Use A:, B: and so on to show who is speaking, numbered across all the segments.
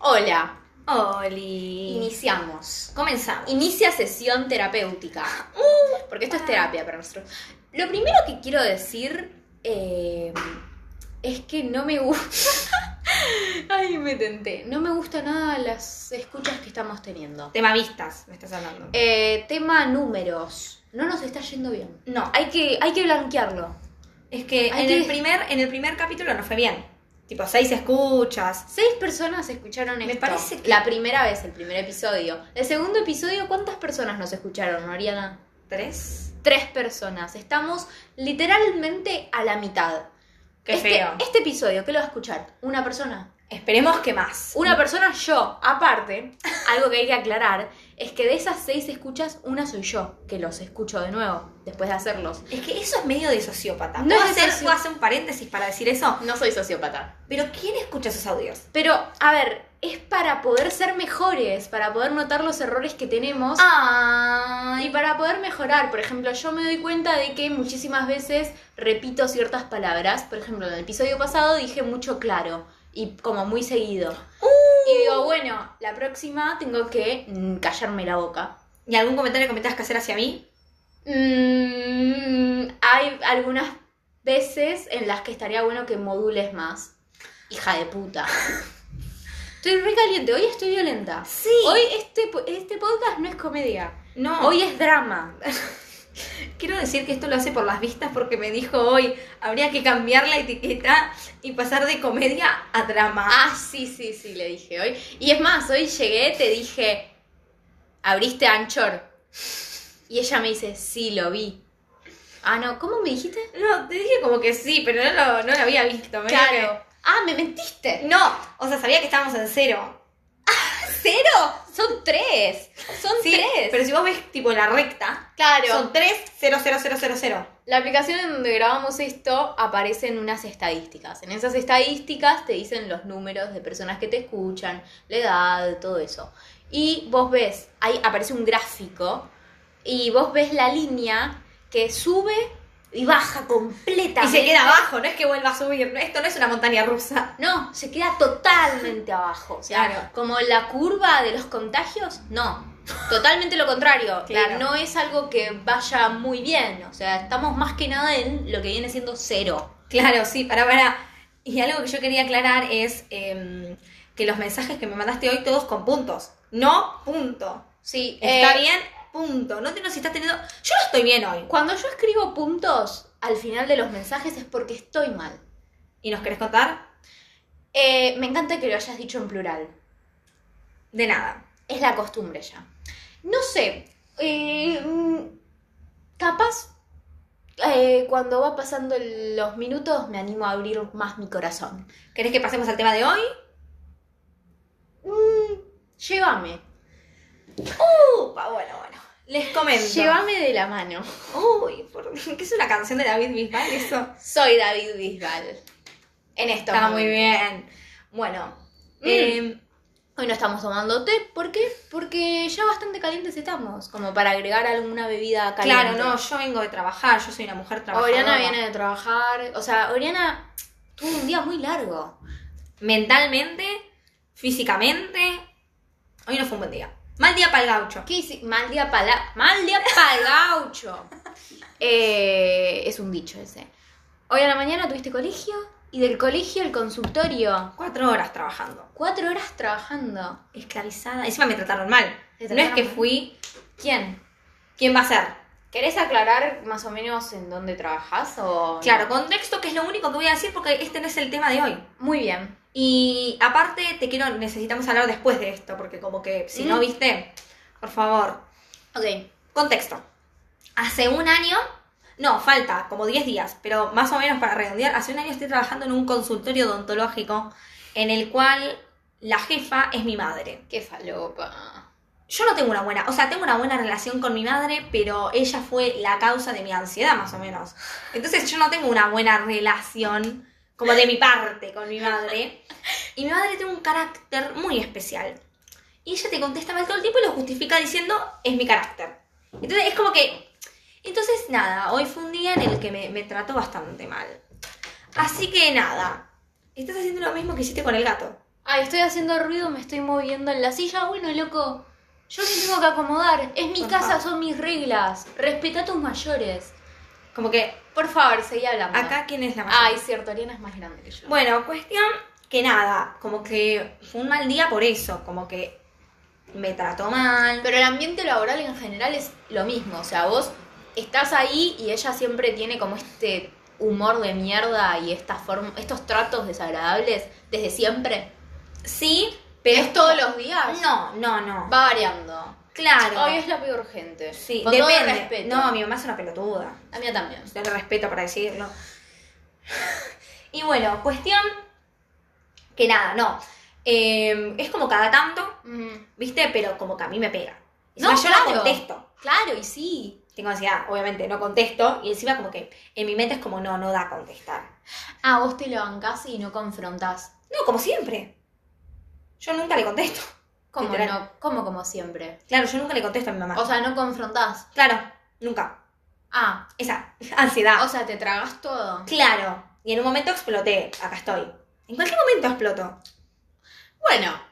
A: Hola,
B: Oli.
A: iniciamos.
B: Comenzamos.
A: Inicia sesión terapéutica.
B: Uh,
A: Porque
B: ah.
A: esto es terapia para nosotros. Lo primero que quiero decir eh, es que no me gusta. Ay, me tenté. No me gusta nada las escuchas que estamos teniendo.
B: Tema vistas, me estás hablando.
A: Eh, tema números. No nos está yendo bien.
B: no,
A: Hay que, hay que blanquearlo.
B: es que
A: hay
B: en,
A: que-
B: El primer, en el primer capítulo no fue bien. Tipo, seis escuchas.
A: Seis personas escucharon esto.
B: Me parece que-
A: La primera vez, el primer episodio. El segundo episodio, ¿cuántas personas nos escucharon, Oriana?
B: Tres.
A: Tres personas. Estamos literalmente a la mitad.
B: Qué
A: este,
B: feo.
A: Este episodio, ¿qué lo va a escuchar? Una persona.
B: Esperemos que más.
A: Una persona, yo. Aparte, algo que hay que aclarar es que de esas seis escuchas, una soy yo, que los escucho de nuevo, después de hacerlos.
B: Es que eso es medio de sociópata.
A: No
B: No ¿Puedo,
A: es de
B: hacer,
A: socio-
B: puedo hacer un paréntesis para decir eso?
A: No soy sociópata.
B: Pero ¿quién escucha esos audios?
A: Pero, a ver, es para poder ser mejores, para poder notar los errores que tenemos. Y
B: Ay.
A: para poder mejorar, por ejemplo, yo me doy cuenta de que muchísimas veces repito ciertas palabras. Por ejemplo, en el episodio pasado dije mucho claro y como muy seguido.
B: Uh.
A: Y digo, bueno, la próxima tengo que mm, callarme la boca.
B: ¿Y algún comentario que me tengas que hacer hacia mí?
A: Mm, hay algunas veces en las que estaría bueno que modules más. Hija de puta. Estoy re caliente, hoy estoy violenta.
B: Sí.
A: Hoy este, po- este podcast no es comedia,
B: no.
A: hoy es drama.
B: Quiero decir que esto lo hace por las vistas porque me dijo hoy, habría que cambiar la etiqueta y pasar de comedia a drama.
A: Ah, sí, sí, sí, le dije hoy. Y es más, hoy llegué, te dije, abriste Anchor. Y ella me dice, sí, lo vi. Ah, no, ¿cómo me dijiste?
B: No, te dije como que sí, pero no lo, no lo había visto. medio
A: Claro. Ah, me mentiste.
B: que- No, o sea, sabía que estábamos en cero.
A: ¿Cero? Son tres. Son
B: Sí,
A: tres.
B: pero si vos ves tipo la recta,
A: claro.
B: son tres, cero, cero, cero, cero, cero.
A: La aplicación en donde grabamos esto aparecen unas estadísticas. En esas estadísticas te dicen los números de personas que te escuchan, la edad, todo eso. Y vos ves, ahí aparece un gráfico y vos ves la línea que sube y baja completa.
B: Y se queda abajo, no es que vuelva a subir. no, Esto no es una montaña rusa.
A: No, se queda totalmente abajo. O sea,
B: Claro.
A: como la curva de los contagios, no. Totalmente lo contrario.
B: Claro.
A: Eh, No es algo que vaya muy bien. O sea, estamos más que nada en lo que viene siendo cero.
B: Claro, sí, para, para. Y algo que yo quería aclarar es em, que los mensajes que me mandaste hoy todos con puntos. No punto.
A: Sí,
B: Está
A: eh,
B: bien, punto. No te nos estás teniendo. Yo no estoy bien hoy.
A: Cuando yo escribo puntos al final de los mensajes es porque estoy mal.
B: ¿Y nos querés contar?
A: Eh, me encanta que lo hayas dicho en plural.
B: De nada.
A: Es la costumbre ya. No sé, eh, mm, capaz eh, cuando va pasando el- los minutos me animo a abrir más mi corazón.
B: ¿Querés que pasemos al tema de hoy?
A: Llévame,
B: Upa, bueno, bueno. Les comento.
A: llévame de la mano.
B: Uy, por... ¿qué es una canción de David Bisbal eso?
A: Soy David Bisbal. En esto.
B: Está muy bien. Bueno,
A: Mm.
B: em,
A: Hoy no estamos tomando té, ¿por qué? Porque ya bastante calientes estamos, como para agregar alguna bebida caliente.
B: claro, no, yo vengo de trabajar, yo soy una mujer trabajadora.
A: Oriana viene de trabajar, o sea, Oriana tuvo un día muy largo.
B: Mentalmente, físicamente, hoy no fue un buen día. Mal día para el gaucho.
A: ¿Qué hici- Mal día para mal día pa'l gaucho. Eh, es un dicho ese. Hoy a la mañana tuviste colegio y del colegio al consultorio.
B: Cuatro horas trabajando.
A: Cuatro horas trabajando.
B: Esclavizada. Encima me trataron mal.
A: Te
B: no
A: trataron
B: es que
A: mal.
B: fui.
A: ¿Quién?
B: ¿Quién va a ser?
A: ¿Querés aclarar más o menos en dónde trabajas o...?
B: Claro, contexto que es lo único que voy a decir porque este no es el tema de hoy.
A: Muy bien.
B: Y aparte te quiero, necesitamos hablar después de esto, porque como que si no
A: Mm.
B: viste, por favor,
A: Ok.
B: contexto. Hace un año, no, falta como 10 días, pero más o menos para redondear, hace un año estoy trabajando en un consultorio odontológico en el cual la jefa es mi madre.
A: Qué falopa.
B: Yo no tengo una buena, o sea, tengo una buena relación con mi madre, pero ella fue la causa de mi ansiedad más o menos. Entonces yo no tengo una buena relación como de mi parte con mi madre. Y mi madre tiene un carácter muy especial. Y ella te contesta mal todo el tiempo y lo justifica diciendo, es mi carácter. Entonces es como que... Entonces nada, hoy fue un día en el que me, me trató bastante mal. Así que nada, estás haciendo lo mismo que hiciste con el gato.
A: Ay, estoy haciendo ruido, me estoy moviendo en la silla. Bueno, loco, yo me tengo que acomodar. Es mi
B: Por
A: casa,
B: favor.
A: son mis reglas. Respeta a tus mayores.
B: Como que
A: Por favor, seguí hablando.
B: acá quién es la mayor.
A: Ay, cierto, Ariana es más grande que yo.
B: Bueno, cuestión que nada, como que fue un mal día por eso, como que me trató mal.
A: Pero el ambiente laboral en general es lo mismo. O sea, vos estás ahí y ella siempre tiene como este humor de mierda y esta forma, estos tratos desagradables desde siempre.
B: sí,
A: Pero
B: pero
A: es todos los días.
B: No, no, no.
A: Va variando.
B: Claro.
A: Hoy es la peor gente.
B: Sí,
A: Con todo
B: depende.
A: respeto.
B: No, mi mamá es una pelotuda.
A: A mí también.
B: Yo le respeto para decirlo. Y bueno, cuestión que nada, no. Eh, es como cada tanto,
A: Mm.
B: ¿viste? Pero como que a mí me pega.
A: No,
B: Encima yo no
A: claro.
B: contesto.
A: Claro, y sí.
B: Tengo ansiedad, obviamente, no contesto. Y encima como que en mi mente es como, no, no da a contestar.
A: Ah, vos te lo bancás y no confrontás.
B: No, como siempre. Yo nunca le contesto.
A: Como
B: Literal.
A: no, Ah. como como siempre.
B: Claro, yo nunca le contesto a mi mamá.
A: O sea, no confrontás.
B: claro, nunca.
A: Ah,
B: Esa ansiedad.
A: o sea, te tragas todo.
B: Claro. Y en un momento exploté. Acá estoy. En cualquier momento exploto.
A: Bueno.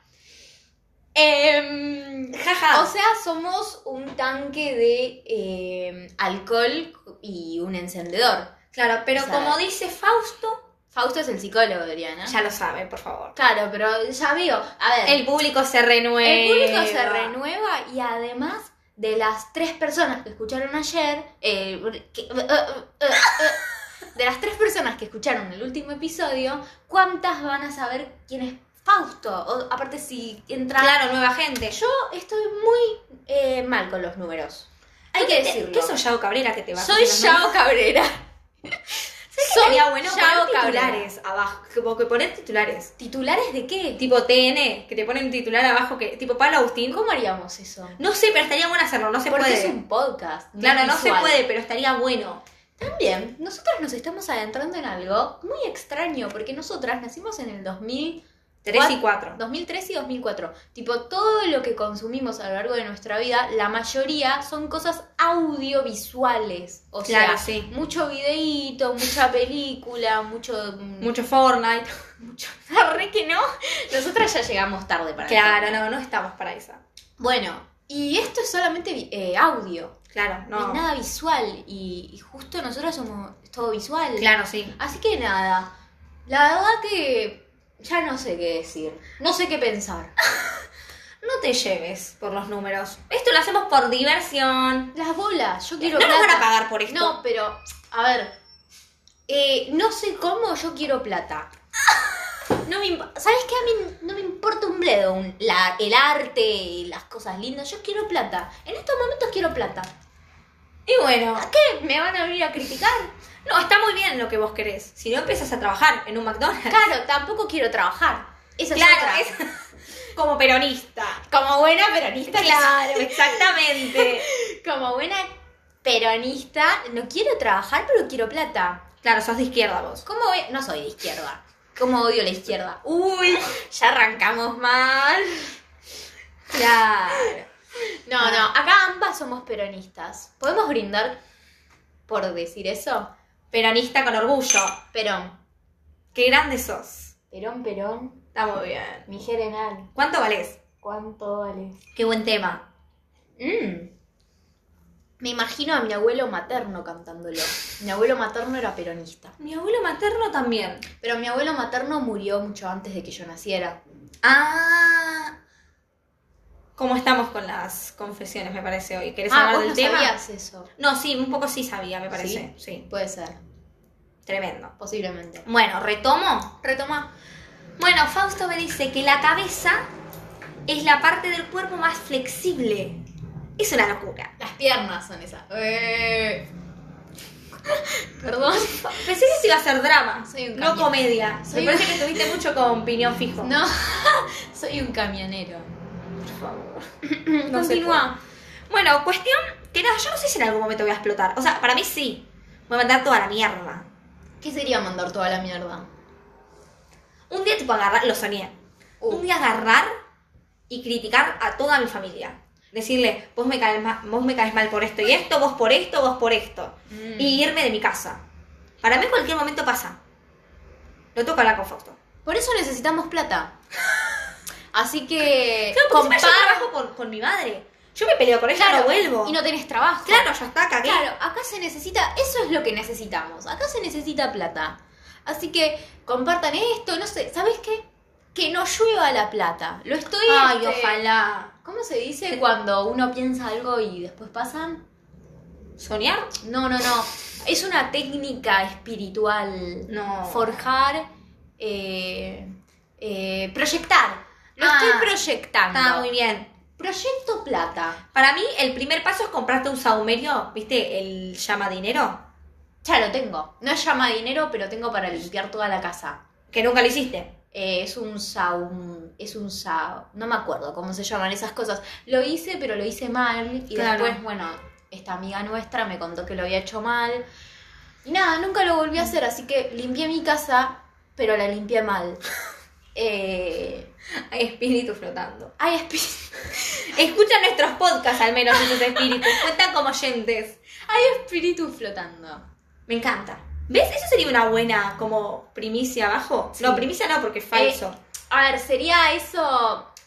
A: Em,
B: Jaja.
A: o sea, somos un tanque de em, alcohol y un encendedor.
B: claro, pero
A: o sea-
B: como dice Fausto,
A: Fausto es el psicólogo, Adriana.
B: Ah. ya lo sabe, por favor.
A: Claro, pero ya veo. A ver.
B: El público se renueva.
A: El público se renueva y además de las tres personas que escucharon ayer, eh, que- eh, eh, eh, eh, de las tres personas que escucharon el último episodio, ¿cuántas van a saber quién es Fausto? O, aparte, si entra...
B: Claro, nueva gente.
A: Yo estoy muy eh, mal con los números. Hay que decirlo.
B: ¿Qué soy Yao Cabrera que te va a
A: Soy
B: hacer los
A: Yao Cabrera.
B: ¿Sabes qué sería bueno
A: Yao
B: poner titulares abajo? Como que poner titulares.
A: ¿Titulares de qué?
B: Tipo TN, que te ponen un titular abajo que. Tipo Pablo Agustín.
A: ¿Cómo haríamos eso?
B: No sé, pero estaría bueno hacerlo, no se
A: Porque
B: puede.
A: es un podcast. no
B: Claro, no se
A: visual.
B: puede, pero estaría bueno.
A: También, nosotras nos estamos adentrando en algo muy extraño, porque nosotras nacimos en el 2000,
B: Tres y
A: Cuat-
B: cuatro.
A: 2003 y 2004. Tipo, todo lo que consumimos a lo largo de nuestra vida, la mayoría son cosas audiovisuales. O
B: Claro,
A: sea,
B: sí.
A: mucho videíto, mucha película, mucho... mm,
B: Mucho Fortnite.
A: mucho. Arre que no. Nosotras ya llegamos tarde para
B: Claro,
A: eso.
B: no, no estamos para eso.
A: Bueno, y esto es solamente vi- eh, audio,
B: Claro,
A: no
B: no.
A: es nada visual. Y, y justo nosotras somos todo visual.
B: Claro, sí.
A: Así que nada, la verdad que ya no sé qué decir, no sé qué pensar.
B: No te lleves por los números. Esto lo hacemos por diversión.
A: Las bolas, yo
B: No
A: quiero
B: nos
A: plata.
B: van a pagar por esto.
A: No, pero, a ver, eh, no sé cómo yo quiero plata. No me imp- ¿Sabes qué? A mí no me importa un bledo un- la- el arte, las cosas lindas. Yo quiero plata. En estos momentos quiero plata.
B: Y bueno,
A: ¿A qué? ¿Me van a venir a criticar?
B: no, está muy bien lo que vos querés. Si no empiezas a trabajar en un McDonald's.
A: Claro, tampoco quiero trabajar. Esa es otra.
B: Claro, es como peronista.
A: Como buena peronista, claro.
B: Exactamente.
A: Como buena peronista, no quiero trabajar, pero quiero plata.
B: Claro, sos de izquierda vos.
A: ¿Cómo ve- No soy de izquierda. ¿Cómo odio la izquierda? Uy, ya arrancamos mal.
B: Claro.
A: No, no, acá ambas somos peronistas. ¿Podemos brindar por decir eso?
B: Peronista con orgullo.
A: Perón.
B: Qué grande sos.
A: Perón, Perón,
B: Está muy bien.
A: mi general,
B: ¿Cuánto valés?
A: ¿cuánto vale?
B: Qué buen tema.
A: Mm. Me imagino a mi abuelo materno cantándolo. Mi abuelo materno era peronista.
B: Mi abuelo materno también.
A: Pero mi abuelo materno murió mucho antes de que yo naciera.
B: Ah. ¿Cómo estamos con las confesiones, me parece hoy? ¿Querés
A: Ah,
B: hablar
A: vos
B: del
A: no
B: tema?
A: sabías eso.
B: No, sí, un poco sí sabía, me parece. ¿Sí?
A: Puede ser,
B: tremendo.
A: posiblemente.
B: Bueno, retomo.
A: Retoma.
B: Bueno, Fausto me dice que la cabeza es la parte del cuerpo más flexible. Es una locura.
A: Las piernas son esas. Eh. Perdón.
B: Pensé que se iba a ser drama,
A: Soy un
B: no
A: cambio.
B: comedia.
A: Soy
B: me
A: un-
B: parece que estuviste mucho con piñón fijo.
A: No, soy un camionero.
B: por favor. No se
A: Continúa.
B: Bueno, cuestión que nada, yo no sé si en algún momento voy a explotar. O sea, para mí sí. Voy a mandar toda la mierda.
A: ¿Qué sería mandar toda la mierda?
B: Un día tipo agarrar, lo soñé.
A: Uh.
B: Un día agarrar y criticar a toda mi familia. Decirle, vos me caes mal, vos me caes mal por esto y esto, vos por esto, vos por esto.
A: Mm.
B: Y irme de mi casa. Para mí en cualquier momento pasa. Lo toca hablar con Fausto.
A: Por eso necesitamos plata. Así que
B: Claro, porque encima yo
A: Eh, compar-
B: trabajo con, con mi madre. Yo me peleo con ella,
A: Claro,
B: no vuelvo.
A: y no tenés trabajo.
B: Claro, ya está, cagué.
A: Claro, acá se necesita, eso es lo que necesitamos. Acá se necesita plata. Así que compartan esto, no sé, ¿sabes qué? Que no llueva la plata. Lo estoy
B: Ay,
A: este,
B: ojalá.
A: ¿Cómo se dice cuando uno piensa algo y después pasan?
B: ¿Soñar?
A: No, no, no. Es una técnica espiritual.
B: No.
A: Forjar, eh, eh, proyectar. Lo
B: Ah,
A: estoy proyectando.
B: Está Ah, muy bien.
A: Proyecto plata.
B: Para mí, el primer paso es comprarte un saumerio, ¿viste? El llama dinero,
A: Ya lo tengo. No es llama dinero, pero tengo para limpiar toda la casa.
B: que nunca lo hiciste.
A: Eh, es un saum, es un sa, no me acuerdo cómo se llaman esas cosas. Lo hice, pero lo hice mal y
B: Claro.
A: después, bueno, esta amiga nuestra me contó que lo había hecho mal. Y nada, nunca lo volví a hacer, así que limpié mi casa, pero la limpié mal. Eh,
B: Hay espíritus flotando.
A: ay, espí-
B: Escucha nuestros podcasts, al menos, esos espíritus. Cuentan como oyentes.
A: hay espíritus flotando.
B: Me encanta. ¿Ves? Eso sería una buena, como, primicia abajo.
A: Sí.
B: No, primicia no, porque es falso.
A: A ver, sería eso.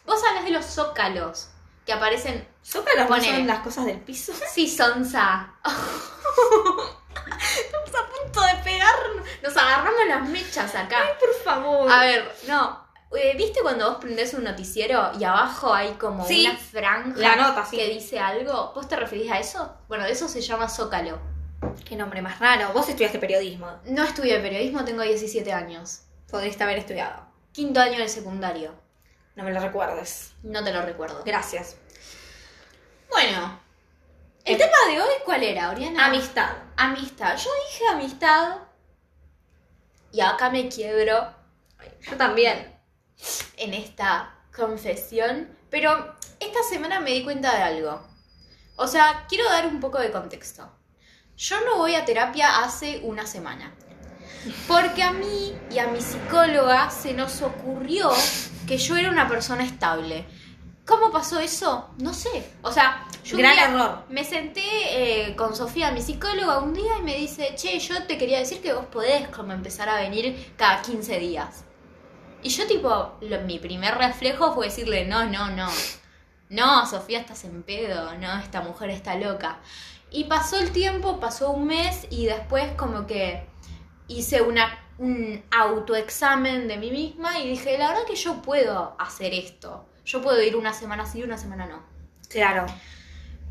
A: Vos hablas de los zócalos que aparecen.
B: Zócalos no
A: ponele.
B: son las cosas del piso.
A: Sí, Sonsa.
B: Estamos a punto de pegarnos.
A: Nos agarramos las mechas acá.
B: Por favor.
A: A ver, no. eh, ¿Viste cuando vos prendés un noticiero y abajo hay como
B: Sí.
A: una franja
B: La nota, sí.
A: que dice algo? ¿Vos te referís a eso? Bueno, eso se llama zócalo.
B: Qué nombre más raro. Vos estudiaste periodismo.
A: No estudié periodismo, tengo 17 años.
B: Podrías haber estudiado.
A: Quinto año del secundario.
B: No me lo recuerdes.
A: No te lo recuerdo.
B: Gracias.
A: Bueno, el
B: Eh,
A: tema de hoy, ¿cuál era, Oriana?
B: Amistad.
A: amistad. Yo dije amistad y acá me quiebro
B: Yo también.
A: en esta confesión, pero esta semana me di cuenta de algo. O sea, quiero dar un poco de contexto. Yo no voy a terapia hace una semana. Porque a mí y a mi psicóloga se nos ocurrió que yo era una persona estable. ¿Cómo pasó eso? No sé. O sea, yo un
B: Gran
A: día
B: error.
A: me senté eh, con Sofía, mi psicóloga, un día y me dice, che, yo te quería decir que vos podés como empezar a venir cada 15 días. Y yo tipo, lo- mi primer reflejo fue decirle, no, no, no. No, Sofía, estás en pedo, no, esta mujer está loca. Y pasó el tiempo, pasó un mes y después como que hice una, un autoexamen de mí misma y dije, la verdad que yo puedo hacer esto. Yo puedo ir una semana sí, una semana no.
B: Claro.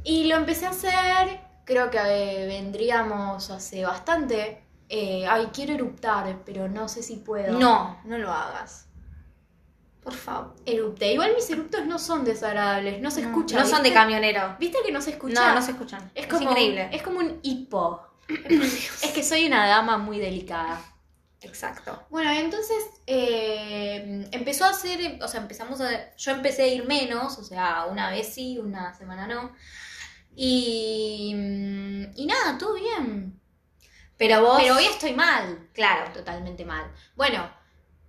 A: Y lo empecé a hacer, creo que eh, vendríamos hace bastante. Eh, ay, quiero eruptar, pero no sé si puedo.
B: No, no lo hagas. Por favor.
A: Erupté. Igual mis eruptos no son desagradables, no se escuchan.
B: No son de
A: ¿viste?
B: camionero.
A: ¿Viste que no se escucha?
B: No, no se escuchan.
A: Es, como,
B: increíble.
A: Es como un hipo. es que soy una dama muy delicada.
B: Exacto.
A: Bueno, entonces eh, empezó a hacer, o sea, empezamos a, yo empecé a ir menos, o sea, una vez sí, una semana no. Y, mm, y nada, todo bien.
B: Pero vos.
A: Pero hoy estoy mal,
B: Claro.
A: totalmente mal. Bueno,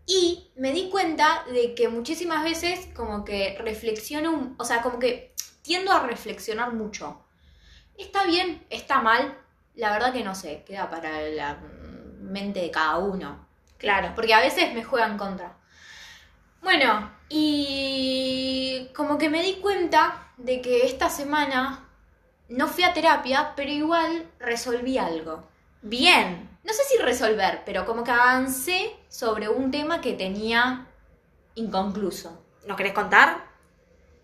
A: y me di cuenta de que muchísimas veces como que reflexiono, un- o sea, como que tiendo a reflexionar mucho. Está bien, está mal, la verdad que no sé, queda para la mm, mente de cada uno.
B: Claro.
A: Porque a veces me juegan contra. Bueno, y como que me di cuenta de que esta semana no fui a terapia, pero igual resolví algo.
B: Bien.
A: No sé si resolver, pero como que avancé sobre un tema que tenía inconcluso.
B: ¿No querés contar?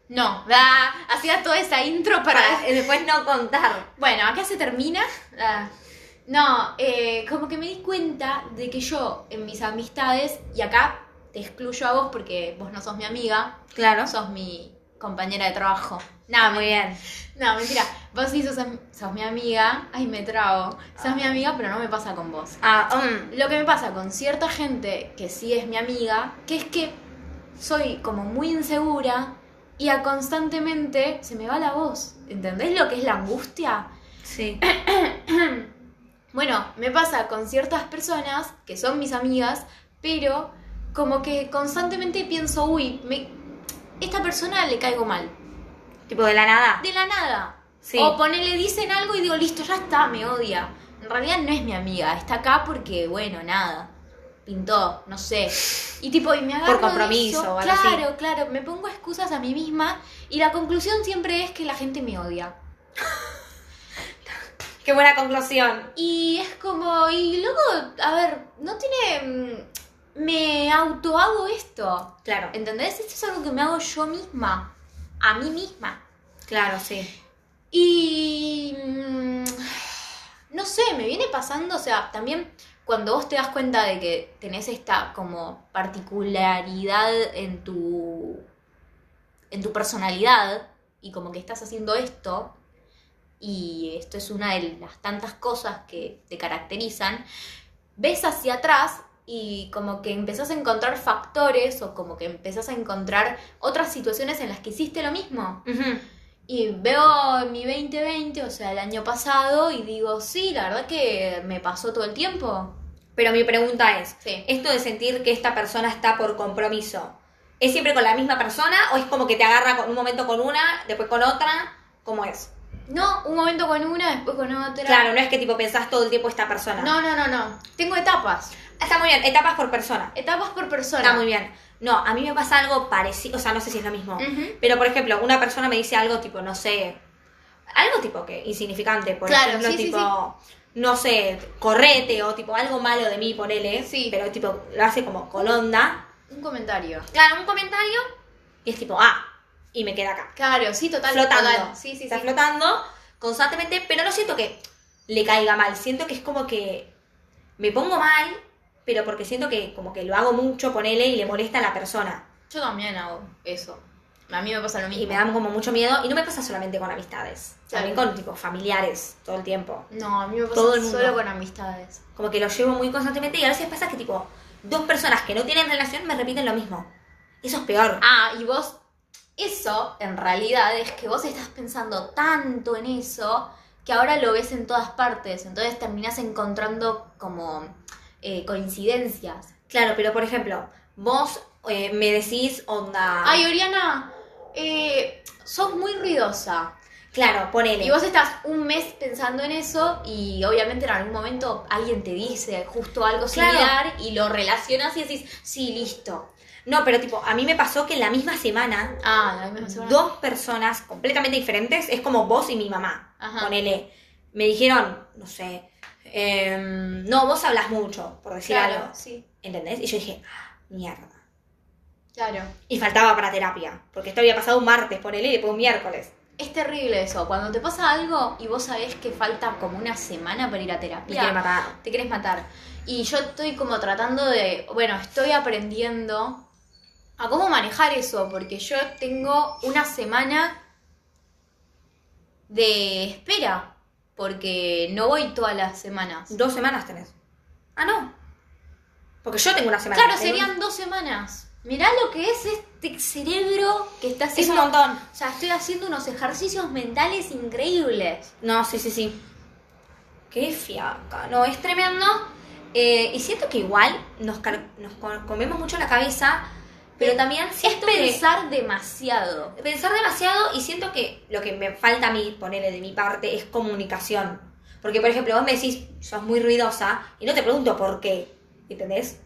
A: No, ah, hacía toda esa intro para...
B: Para eh, después no contar.
A: Bueno, acá se termina. Ah. No, eh, como que me di cuenta de que yo en mis amistades, y acá te excluyo a vos porque vos no sos mi amiga,
B: Claro.
A: no sos mi compañera de trabajo.
B: Ah,
A: No,
B: muy bien.
A: no mentira. Vos sí sos, sos mi amiga. Ay, me trago. Sos mi amiga, pero no me pasa con vos.
B: Ah, mm,
A: Lo que me pasa con cierta gente que sí es mi amiga, que es que soy como muy insegura y a constantemente se me va la voz. ¿Entendés lo que es la angustia?
B: sí.
A: Bueno, me pasa con ciertas personas que son mis amigas, pero como que constantemente pienso, uy, me, esta persona le caigo mal.
B: tipo de la nada.
A: De la nada.
B: Sí.
A: O ponele, dicen algo y digo, listo, ya está, me odia. En realidad no es mi amiga, está acá porque, bueno, nada. pintó, no sé. Y tipo, y me agarro de
B: compromiso
A: eso.
B: o algo así.
A: claro, claro, me pongo excusas a mí misma y la conclusión siempre es que la gente me odia.
B: Qué buena conclusión.
A: Y es como, y luego, a ver, no tiene... mm, Me auto hago esto.
B: Claro,
A: ¿Entendés? Esto es algo que me hago yo misma, a mí misma.
B: claro, sí.
A: Y... mm, No sé, me viene pasando, o sea, también cuando vos te das cuenta de que tenés esta como particularidad en tu... en tu personalidad y como que estás haciendo esto y esto es una de las tantas cosas que te caracterizan, ves hacia atrás y como que empezás a encontrar factores o como que empezás a encontrar otras situaciones en las que hiciste lo mismo.
B: Ujú.
A: Y veo mi 2020, o sea, el año pasado, y digo, sí, la verdad que me pasó todo el tiempo. Eh,
B: Pero mi pregunta es,
A: Sí.
B: esto de sentir que esta persona está por compromiso, ¿es siempre con la misma persona o es como que te agarra con un momento con una, después con otra? ¿Cómo es?
A: No, un momento con una, después con otra.
B: Claro, no es que tipo pensás todo el tiempo esta persona.
A: No, no, no, no. Tengo etapas.
B: Está muy bien, etapas por persona.
A: Etapas por persona.
B: Está muy bien. No, a mí me pasa algo parecido, o sea, no sé si es lo mismo.
A: Ujú.
B: Pero, por ejemplo, una persona me dice algo tipo, no sé, algo tipo que insignificante, por
A: Claro,
B: ejemplo,
A: sí, sí,
B: tipo, no sé, correte o tipo algo malo de mí, ponele,
A: Sí.
B: pero tipo lo hace como con onda.
A: Un comentario.
B: Claro, un comentario y es tipo, ah, y me queda acá.
A: Claro, sí, total.
B: flotando.
A: total. Sí, sí,
B: Está
A: sí.
B: flotando constantemente, pero no siento que le caiga mal, siento que es como que me pongo mal, pero porque siento que como que lo hago mucho, ponele, y le molesta a la persona.
A: Yo también hago eso. A mí me pasa lo mismo.
B: Y me dan como mucho miedo. Y no me pasa solamente con amistades. También
A: Claro.
B: con tipo familiares todo el tiempo.
A: No, a mí me pasa
B: Todo el mundo.
A: solo con amistades.
B: Como que lo llevo muy constantemente y a veces pasa que tipo dos personas que no tienen relación me repiten lo mismo. Eso es peor.
A: Ah, y vos, eso en realidad es que vos estás pensando tanto en eso que ahora lo ves en todas partes, entonces terminás encontrando como eh, coincidencias.
B: Claro, pero por ejemplo, vos eh, me decís onda.
A: Ay, Oriana, eh, sos muy ruidosa.
B: claro, ponele.
A: Y vos estás un mes pensando en eso y obviamente en algún momento alguien te dice justo algo
B: Claro.
A: similar y lo relacionas y decís, sí, listo.
B: No, pero tipo, a mí me pasó que en la misma semana
A: Ah, la misma persona.
B: dos personas completamente diferentes, es como vos y mi mamá,
A: Ajá.
B: ponele, me dijeron, no sé, em, no, vos hablas mucho, por decir
A: Claro,
B: algo.
A: sí,
B: ¿Entendés? Y yo dije, "Ah, mierda.
A: claro.
B: Y faltaba para terapia, porque esto había pasado un martes, ponele, y después un miércoles.
A: Es terrible eso, cuando te pasa algo y vos sabés que falta como una semana para ir a
B: Me
A: terapia,
B: quiere matar.
A: te querés matar. Y yo estoy como tratando de, bueno, estoy aprendiendo a cómo manejar eso, porque yo tengo una semana de espera, porque no voy todas las semanas.
B: Dos semanas tenés. Ah, no. Porque yo tengo una semana.
A: Claro,
B: tengo-
A: serían dos semanas. Mirá lo que es este cerebro que está
B: Es un
A: haciendo...
B: montón.
A: O sea, estoy haciendo unos ejercicios mentales increíbles.
B: No, sí, sí, sí. Qué fiaca. No, es tremendo. Eh, y siento que igual nos, car- nos co- comemos mucho la cabeza, pero
A: Eh,
B: también
A: es
B: siento que-
A: pensar demasiado.
B: pensar demasiado y siento que lo que me falta a mí, ponerle de mi parte, es comunicación. Porque, por ejemplo, vos me decís, sos muy ruidosa, y no te pregunto por qué, ¿entendés?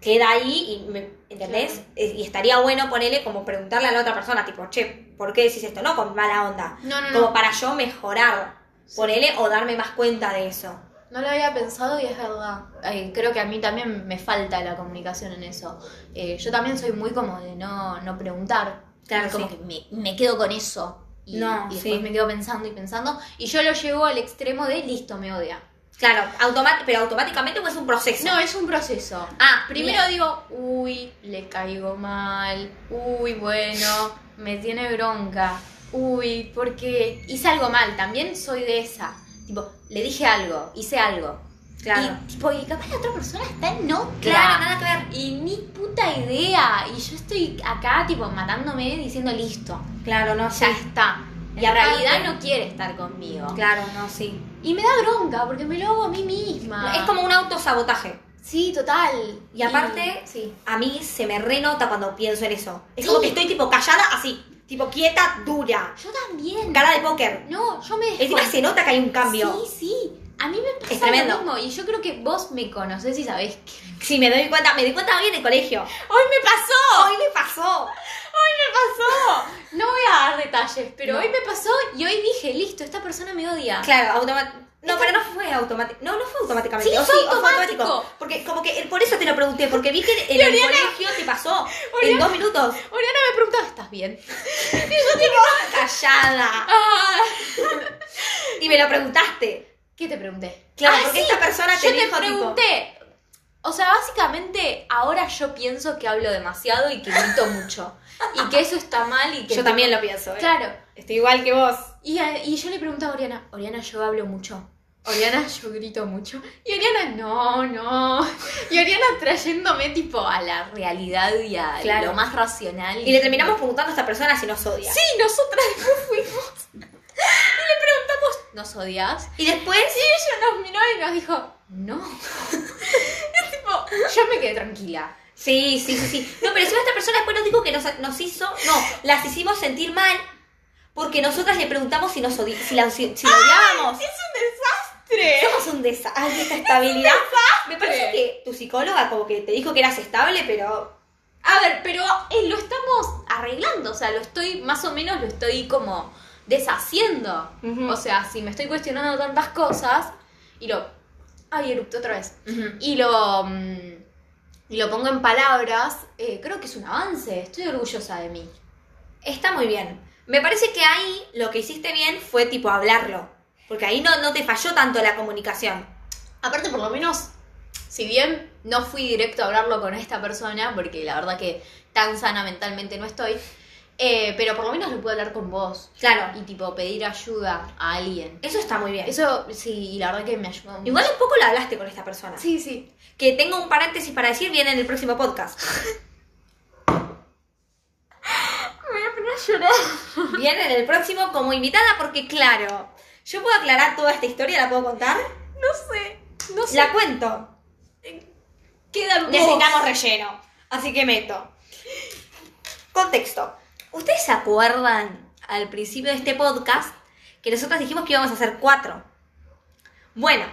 B: Queda ahí y me- ¿entendés?
A: Claro.
B: Es- Y estaría bueno ponerle como preguntarle a la otra persona, tipo, che, ¿por qué decís esto? No con mala onda.
A: No, no, no.
B: como para yo mejorar, ponele, o darme más cuenta de eso.
A: No lo había pensado y es verdad. Ay, creo que a mí también me falta la comunicación en eso. Eh, yo también soy muy como de no, no preguntar.
B: Claro,
A: Y como
B: sí.
A: que me, me quedo con eso. Y,
B: No,
A: y después
B: sí.
A: me quedo pensando y pensando. Y yo lo llevo al extremo de listo, me odia.
B: Claro, automa- pero automáticamente pues, es un proceso.
A: No, es un proceso.
B: Ah,
A: Primero digo, uy, le caigo mal, uy, bueno, me tiene bronca, uy, porque hice algo mal, también soy de esa. Tipo, le dije algo, hice algo.
B: Claro.
A: Y, tipo, y capaz la otra persona está en otra.
B: Claro, nada que ver.
A: Y ni puta idea. Y yo estoy acá, tipo, matándome diciendo, listo,
B: Claro, no, sí.
A: ya está. Y
B: En
A: en
B: parte-
A: realidad no quiere estar conmigo.
B: Claro, no, sí.
A: Y me da bronca porque me lo hago a mí misma.
B: Es como un autosabotaje.
A: Sí, total.
B: Y aparte-
A: sí.
B: A mí se me renota cuando pienso en eso. Es
A: Sí.
B: como que estoy tipo callada así, tipo quieta, dura,
A: Yo también.
B: cara de póker.
A: No, yo me
B: Encima
A: desconecto.
B: se nota que hay un cambio.
A: Sí, sí. A mí me
B: Es
A: pasa
B: tremendo.
A: lo mismo y yo creo que vos me conocés y sabés que...
B: Sí, me doy cuenta, me di cuenta hoy en el colegio.
A: ¡Hoy me pasó!
B: Hoy me pasó.
A: ¡Hoy me pasó! No voy a dar detalles, pero
B: No.
A: hoy me pasó y hoy dije, listo, esta persona me odia.
B: Claro, automático. No, pero no fue automático. No, no fue automáticamente.
A: Sí,
B: O
A: fue
B: o
A: automático.
B: Porque como que por eso te lo pregunté, porque vi que en el
A: Oriana-
B: colegio te pasó en
A: Oriana-
B: dos minutos.
A: Oriana me preguntaba, ¿estás bien?
B: Callada.
A: Ah,
B: Y me lo preguntaste.
A: ¿Qué te pregunté?
B: Claro,
A: Ah,
B: porque
A: sí,
B: esta persona te
A: yo
B: dijo
A: te pregunté. O sea, básicamente ahora yo pienso que hablo demasiado y que grito mucho. Y que eso está mal y que...
B: tipo, yo también lo pienso. ¿eh?
A: Claro.
B: Estoy igual que vos.
A: Y, a- y yo le preguntaba a Oriana, Oriana, yo hablo mucho. Oriana, yo grito mucho. Y Oriana, no, no. Y Oriana trayéndome tipo a la realidad y a
B: Claro.
A: lo más racional.
B: Y le terminamos preguntando a esta persona si nos odia.
A: Sí, nosotras después fuimos. Y le preguntamos, ¿nos odias?
B: Y después,
A: Y ella nos miró y nos dijo, no. Es tipo, yo me quedé tranquila.
B: Sí, sí, sí, sí. No, pero encima esta persona después nos dijo que nos, nos hizo, no, las hicimos sentir mal porque nosotras le preguntamos si nos odi si la, si, si la odiábamos.
A: un desastre!
B: Somos un desastre. Ay, esta estabilidad. Me parece que tu psicóloga como que te dijo que eras estable, pero
A: A ver, pero eh, lo estamos arreglando, o sea, lo estoy, más o menos lo estoy como deshaciendo.
B: Ujú.
A: O sea, si me estoy cuestionando tantas cosas y lo... Ay, erupto otra vez. Y lo... mm, y lo pongo en palabras, eh, creo que es un avance, estoy orgullosa de mí.
B: está muy bien. Me parece que ahí lo que hiciste bien fue tipo hablarlo. Porque ahí no, no te falló tanto la comunicación.
A: Aparte, por lo menos, si bien no fui directo a hablarlo con esta persona, porque la verdad que tan sana mentalmente no estoy, eh, pero por lo menos lo puedo hablar con vos.
B: Claro.
A: Y tipo, pedir ayuda a alguien.
B: Eso está muy bien.
A: Eso sí, y la verdad que me ayudó mucho.
B: Igual un poco la hablaste con esta persona.
A: Sí, sí.
B: Que tengo un paréntesis para decir, viene en el próximo podcast.
A: Me voy a poner a llorar.
B: Viene en el próximo como invitada porque, claro, yo puedo aclarar toda esta historia, la puedo contar.
A: No sé. No sé.
B: La cuento.
A: Queda en
B: Necesitamos
A: vos.
B: relleno. Así que meto. Contexto. ¿Ustedes se acuerdan al principio de este podcast que nosotros dijimos que íbamos a hacer cuatro? Bueno,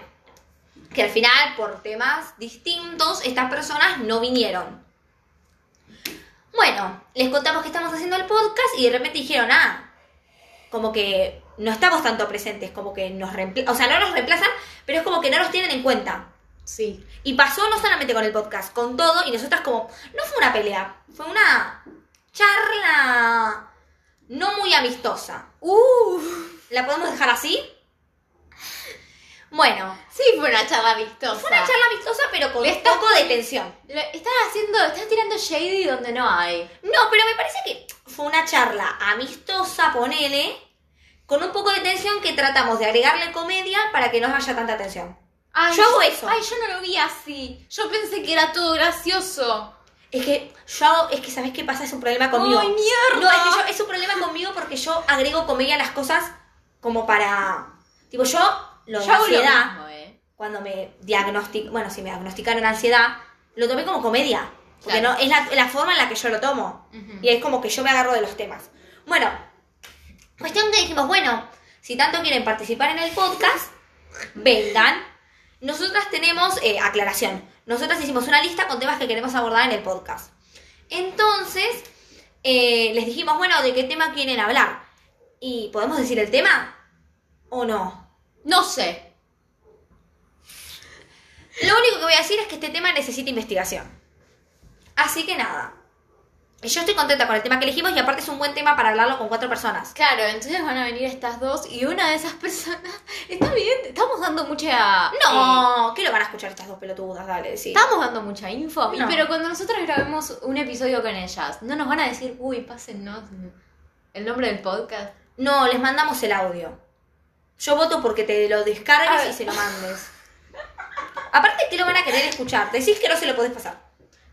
B: que al final, por temas distintos, estas personas no vinieron. Bueno, les contamos que estamos haciendo el podcast y de repente dijeron, ah, como que no estamos tanto presentes, como que nos reemplazan, o sea, no nos reemplazan, pero es como que no nos tienen en cuenta.
A: Sí.
B: Y pasó no solamente con el podcast, con todo, y nosotras como, no fue una pelea, fue una charla no muy amistosa.
A: Uh.
B: ¿La podemos dejar así? Bueno,
A: Sí, fue una charla vistosa.
B: fue una charla amistosa pero con
A: Ah. le
B: un
A: estás
B: poco de tensión.
A: Lo- Estás haciendo, estás tirando shady donde no hay.
B: No, pero me parece que fue una charla amistosa, ponele, con un poco de tensión que tratamos de agregarle comedia para que no haya tanta tensión.
A: Ay,
B: Yo hago eso.
A: Ay, yo no lo vi así. Yo pensé que era todo gracioso.
B: Es que yo, es que sabes qué pasa, es un problema conmigo.
A: ¡Ay, mierda!
B: No, es que yo- es un problema conmigo porque yo agrego comedia a las cosas como para. Tipo, yo lo de
A: Yo hago lo
B: ansiedad,
A: mismo, ¿eh?
B: cuando me diagnosticaron, bueno, si me diagnosticaron ansiedad, lo tomé como comedia. Porque
A: Claro.
B: no, es la, la forma en la que yo lo tomo.
A: Ujú.
B: Y es como que yo me agarro de los temas. Bueno, cuestión que dijimos, bueno, si tanto quieren participar en el podcast, vengan. Nosotras tenemos, eh, aclaración, nosotras hicimos una lista con temas que queremos abordar en el podcast. Entonces, eh, les dijimos, bueno, ¿de qué tema quieren hablar? ¿Y podemos decir el tema? ¿O no?
A: No sé.
B: Lo único que voy a decir es que este tema necesita investigación. Así que nada. Yo estoy contenta con el tema que elegimos y aparte es un buen tema para hablarlo con cuatro personas.
A: Claro, entonces van a venir estas dos y una de esas personas. Está bien, estamos dando mucha. eh,
B: No, que lo van a escuchar estas dos pelotudas, dale, sí.
A: estamos dando mucha info. Y
B: No.
A: pero cuando nosotros grabemos un episodio con ellas, no nos van a decir, uy, pásennos el nombre del podcast.
B: No, les mandamos el audio. Yo voto porque te lo
A: A
B: descargues
A: ver.
B: y se lo mandes. Aparte que lo van a querer escuchar, decís que no se lo podés pasar.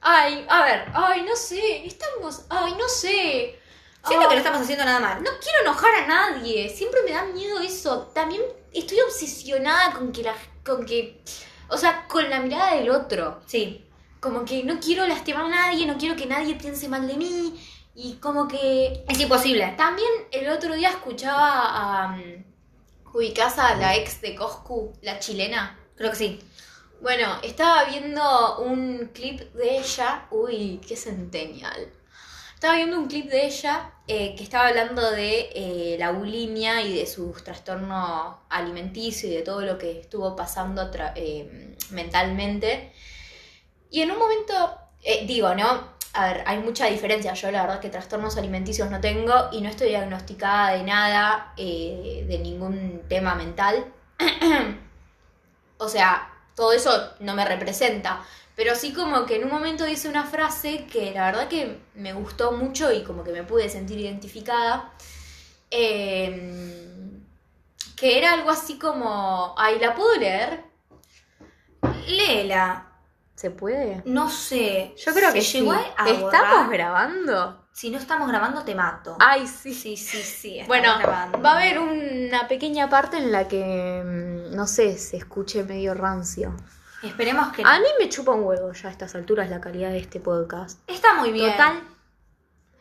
A: Ay, a ver, ay, no sé, estamos. Ay, no sé.
B: Siento que
A: Ay.
B: no estamos haciendo nada mal.
A: No quiero enojar a nadie, siempre me da miedo eso. También estoy obsesionada con que la con que o sea, con la mirada del otro.
B: Sí.
A: Como que no quiero lastimar a nadie, no quiero que nadie piense mal de mí y como que
B: Es imposible.
A: también el otro día escuchaba a um, ¿Ubicás a la ex de Coscu, la chilena?
B: Creo que sí.
A: Bueno, estaba viendo un clip de ella. Uy, qué centenial. Estaba viendo un clip de ella eh, que estaba hablando de eh, la bulimia y de sus trastornos alimenticios y de todo lo que estuvo pasando tra- eh, mentalmente. Y en un momento, eh, digo, ¿no? A ver, hay mucha diferencia. Yo la verdad que trastornos alimenticios no tengo y no estoy diagnosticada de nada, eh, de ningún tema mental. o sea, todo eso no me representa. Pero sí como que en un momento dice una frase que la verdad que me gustó mucho y como que me pude sentir identificada. eh, que era algo así como... Ay, ¿la puedo leer?
B: Léela.
A: ¿Se puede?
B: No sé.
A: Yo creo
B: ¿se
A: que
B: llegó
A: sí.
B: a
A: ¿Estamos
B: borrar?
A: grabando?
B: Si no estamos grabando, te mato.
A: Ay, sí.
B: Sí, sí, sí. estamos
A: Bueno,
B: grabando.
A: va a haber una pequeña parte en la que, mm, no sé, se escuche medio rancio.
B: Esperemos que.
A: A mí me chupa un huevo ya a estas alturas la calidad de este podcast.
B: Está muy bien.
A: Total.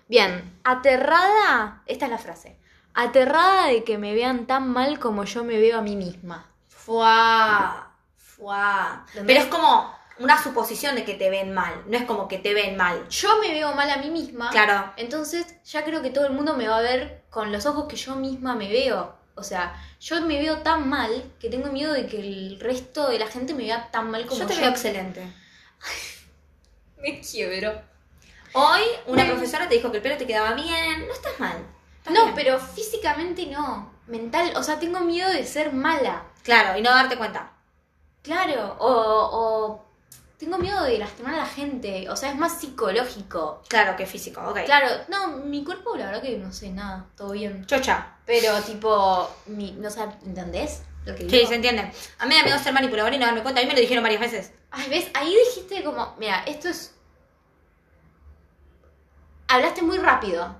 A: Bien, aterrada, esta es la frase. Aterrada de que me vean tan mal como yo me veo a mí misma.
B: Fuá. Fuá.
A: ¿Entendés?
B: Pero es como una suposición de que te ven mal. No es como que te ven mal.
A: Yo me veo mal a mí
B: Ah.
A: misma.
B: Claro.
A: Entonces ya creo que todo el mundo me va a ver con los ojos que yo misma me veo. O sea, yo me veo tan mal que tengo miedo de que el resto de la gente me vea tan mal como yo.
B: Yo te veo excelente.
A: Me quiebro.
B: Hoy una
A: Me-
B: profesora te dijo que el pelo te quedaba bien. No estás mal. Estás
A: No,
B: bien.
A: pero físicamente no. Mental, o sea, tengo miedo de ser mala.
B: Claro, y no darte cuenta.
A: Claro, o, o tengo miedo de lastimar a la gente, o sea, es más psicológico.
B: Claro que físico, ok.
A: Claro, no, mi cuerpo la verdad que no sé nada, todo bien.
B: Chocha.
A: Pero tipo, mi, no sé, ¿entendés lo que digo?
B: Sí, se entiende. A mí me da miedo ser manipulador y no darme cuenta. A mí me lo dijeron varias veces.
A: Ay, ves, ahí dijiste como, mira, esto es... Hablaste muy rápido.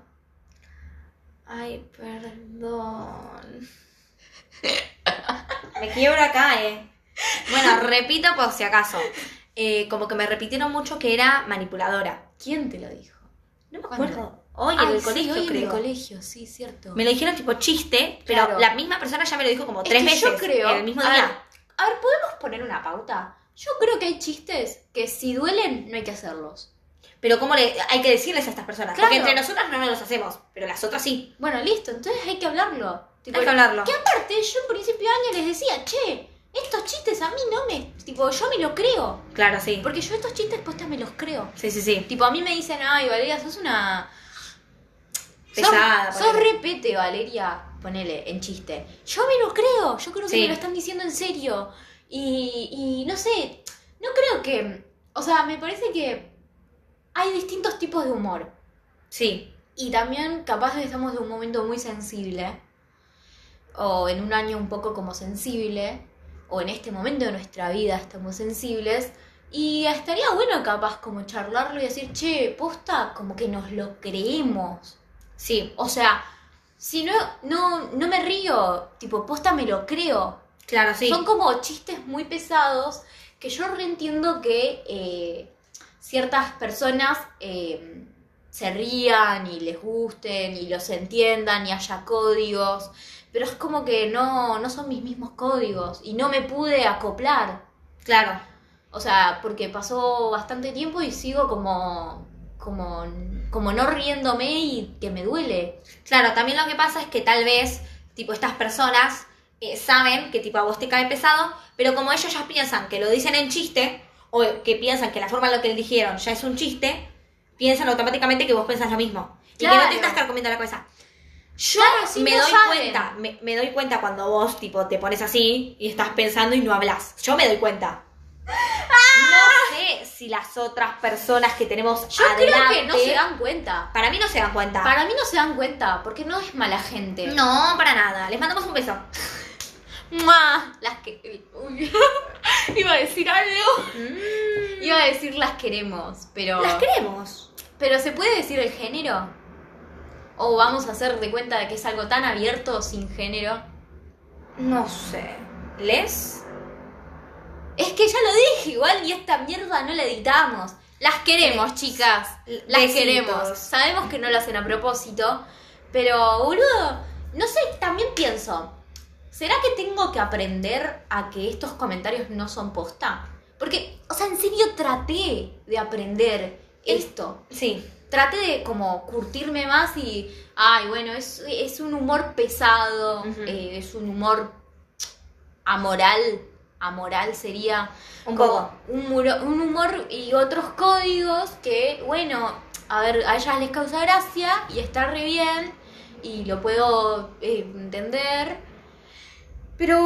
B: Ay, perdón. Me quiebro acá, eh. Bueno, repito por si acaso. Eh, como que me repitieron mucho que era manipuladora.
A: ¿Quién te lo dijo?
B: No me
A: ¿Cuándo?
B: acuerdo. Hoy en
A: Ay,
B: el
A: sí,
B: colegio,
A: hoy en el
B: creo.
A: colegio, sí, cierto.
B: Me lo dijeron tipo chiste, pero
A: Claro.
B: la misma persona ya me lo dijo como
A: Es
B: tres
A: que
B: veces.
A: yo creo.
B: En el mismo
A: a
B: día.
A: Ver, a ver, ¿podemos poner una pauta? Yo creo que hay chistes que si duelen, no hay que hacerlos.
B: Pero cómo le, hay que decirles a estas personas.
A: Claro.
B: Porque entre nosotras no nos los hacemos, pero las otras sí.
A: Bueno, listo, entonces hay que hablarlo. Tipo,
B: Hay que hablarlo.
A: que aparte, yo en principio de año les decía, che, estos chistes a mí no me. Tipo, yo me lo creo.
B: Claro, sí.
A: Porque yo estos chistes posta me los creo.
B: Sí, sí, sí.
A: Tipo, a mí me dicen, ay, Valeria, sos una. sos-
B: Pesada,
A: Sos,
B: ponele.
A: repete, Valeria. Ponele, en chiste. Yo me lo creo, yo creo que
B: Sí.
A: me lo están diciendo en serio. Y, y no sé, no creo que. O sea, me parece que hay distintos tipos de humor.
B: Sí.
A: Y también capaz de estamos de un momento muy sensible, o en un año un poco como sensible, o en este momento de nuestra vida estamos sensibles, y estaría bueno capaz como charlarlo y decir, che, posta, como que nos lo creemos.
B: Sí,
A: O sea, si no, no, no me río, tipo, posta me lo creo.
B: claro, sí.
A: Son como chistes muy pesados que yo reentiendo que eh, ciertas personas eh, se rían y les gusten y los entiendan y haya códigos, pero es como que no, no son mis mismos códigos y no me pude acoplar.
B: Claro.
A: O sea, porque pasó bastante tiempo y sigo como, como, como no riéndome y que me duele.
B: Claro, también lo que pasa es que tal vez, tipo, estas personas eh, saben que, tipo, a vos te cae pesado, pero como ellos ya piensan que lo dicen en chiste, o que piensan que la forma en la que le dijeron ya es un chiste, piensan automáticamente que vos pensás lo mismo. Y que no
A: Claro.
B: te estás carcomiendo la cabeza.
A: Yo
B: me doy cuenta, me, me doy cuenta cuando vos, tipo, te pones así y estás pensando y no hablas. Yo me doy cuenta. No sé si las otras personas que tenemos
A: Ah. Yo creo que no
B: adelante-
A: se dan cuenta.
B: Para mí no se dan cuenta.
A: Para mí no se dan cuenta, porque no es mala gente.
B: No, para nada. Les mandamos un beso.
A: ¡Mua! Las que. Uy. Iba a decir algo. Iba a decir las queremos, pero.
B: Las queremos.
A: pero ¿se puede decir el género? ¿O vamos a hacer de cuenta de que es algo tan abierto sin género?
B: No sé. ¿Les?
A: Es que ya lo dije, igual y esta mierda no la editamos. Las queremos, chicas.
B: L-
A: Las
B: besitos.
A: queremos. Sabemos que no lo hacen a propósito, pero boludo, no sé, también pienso. ¿será que tengo que aprender a que estos comentarios no son posta? Porque, o sea, en serio traté de aprender esto.
B: Sí.
A: Traté de como curtirme más y, ay, bueno, es, es un humor pesado,
B: Ujú.
A: eh, es un humor amoral, amoral sería
B: Un
A: como
B: poco.
A: Un, muro- un humor y otros códigos que, bueno, a ver, a ellas les causa gracia y está re bien y lo puedo eh, entender. Pero,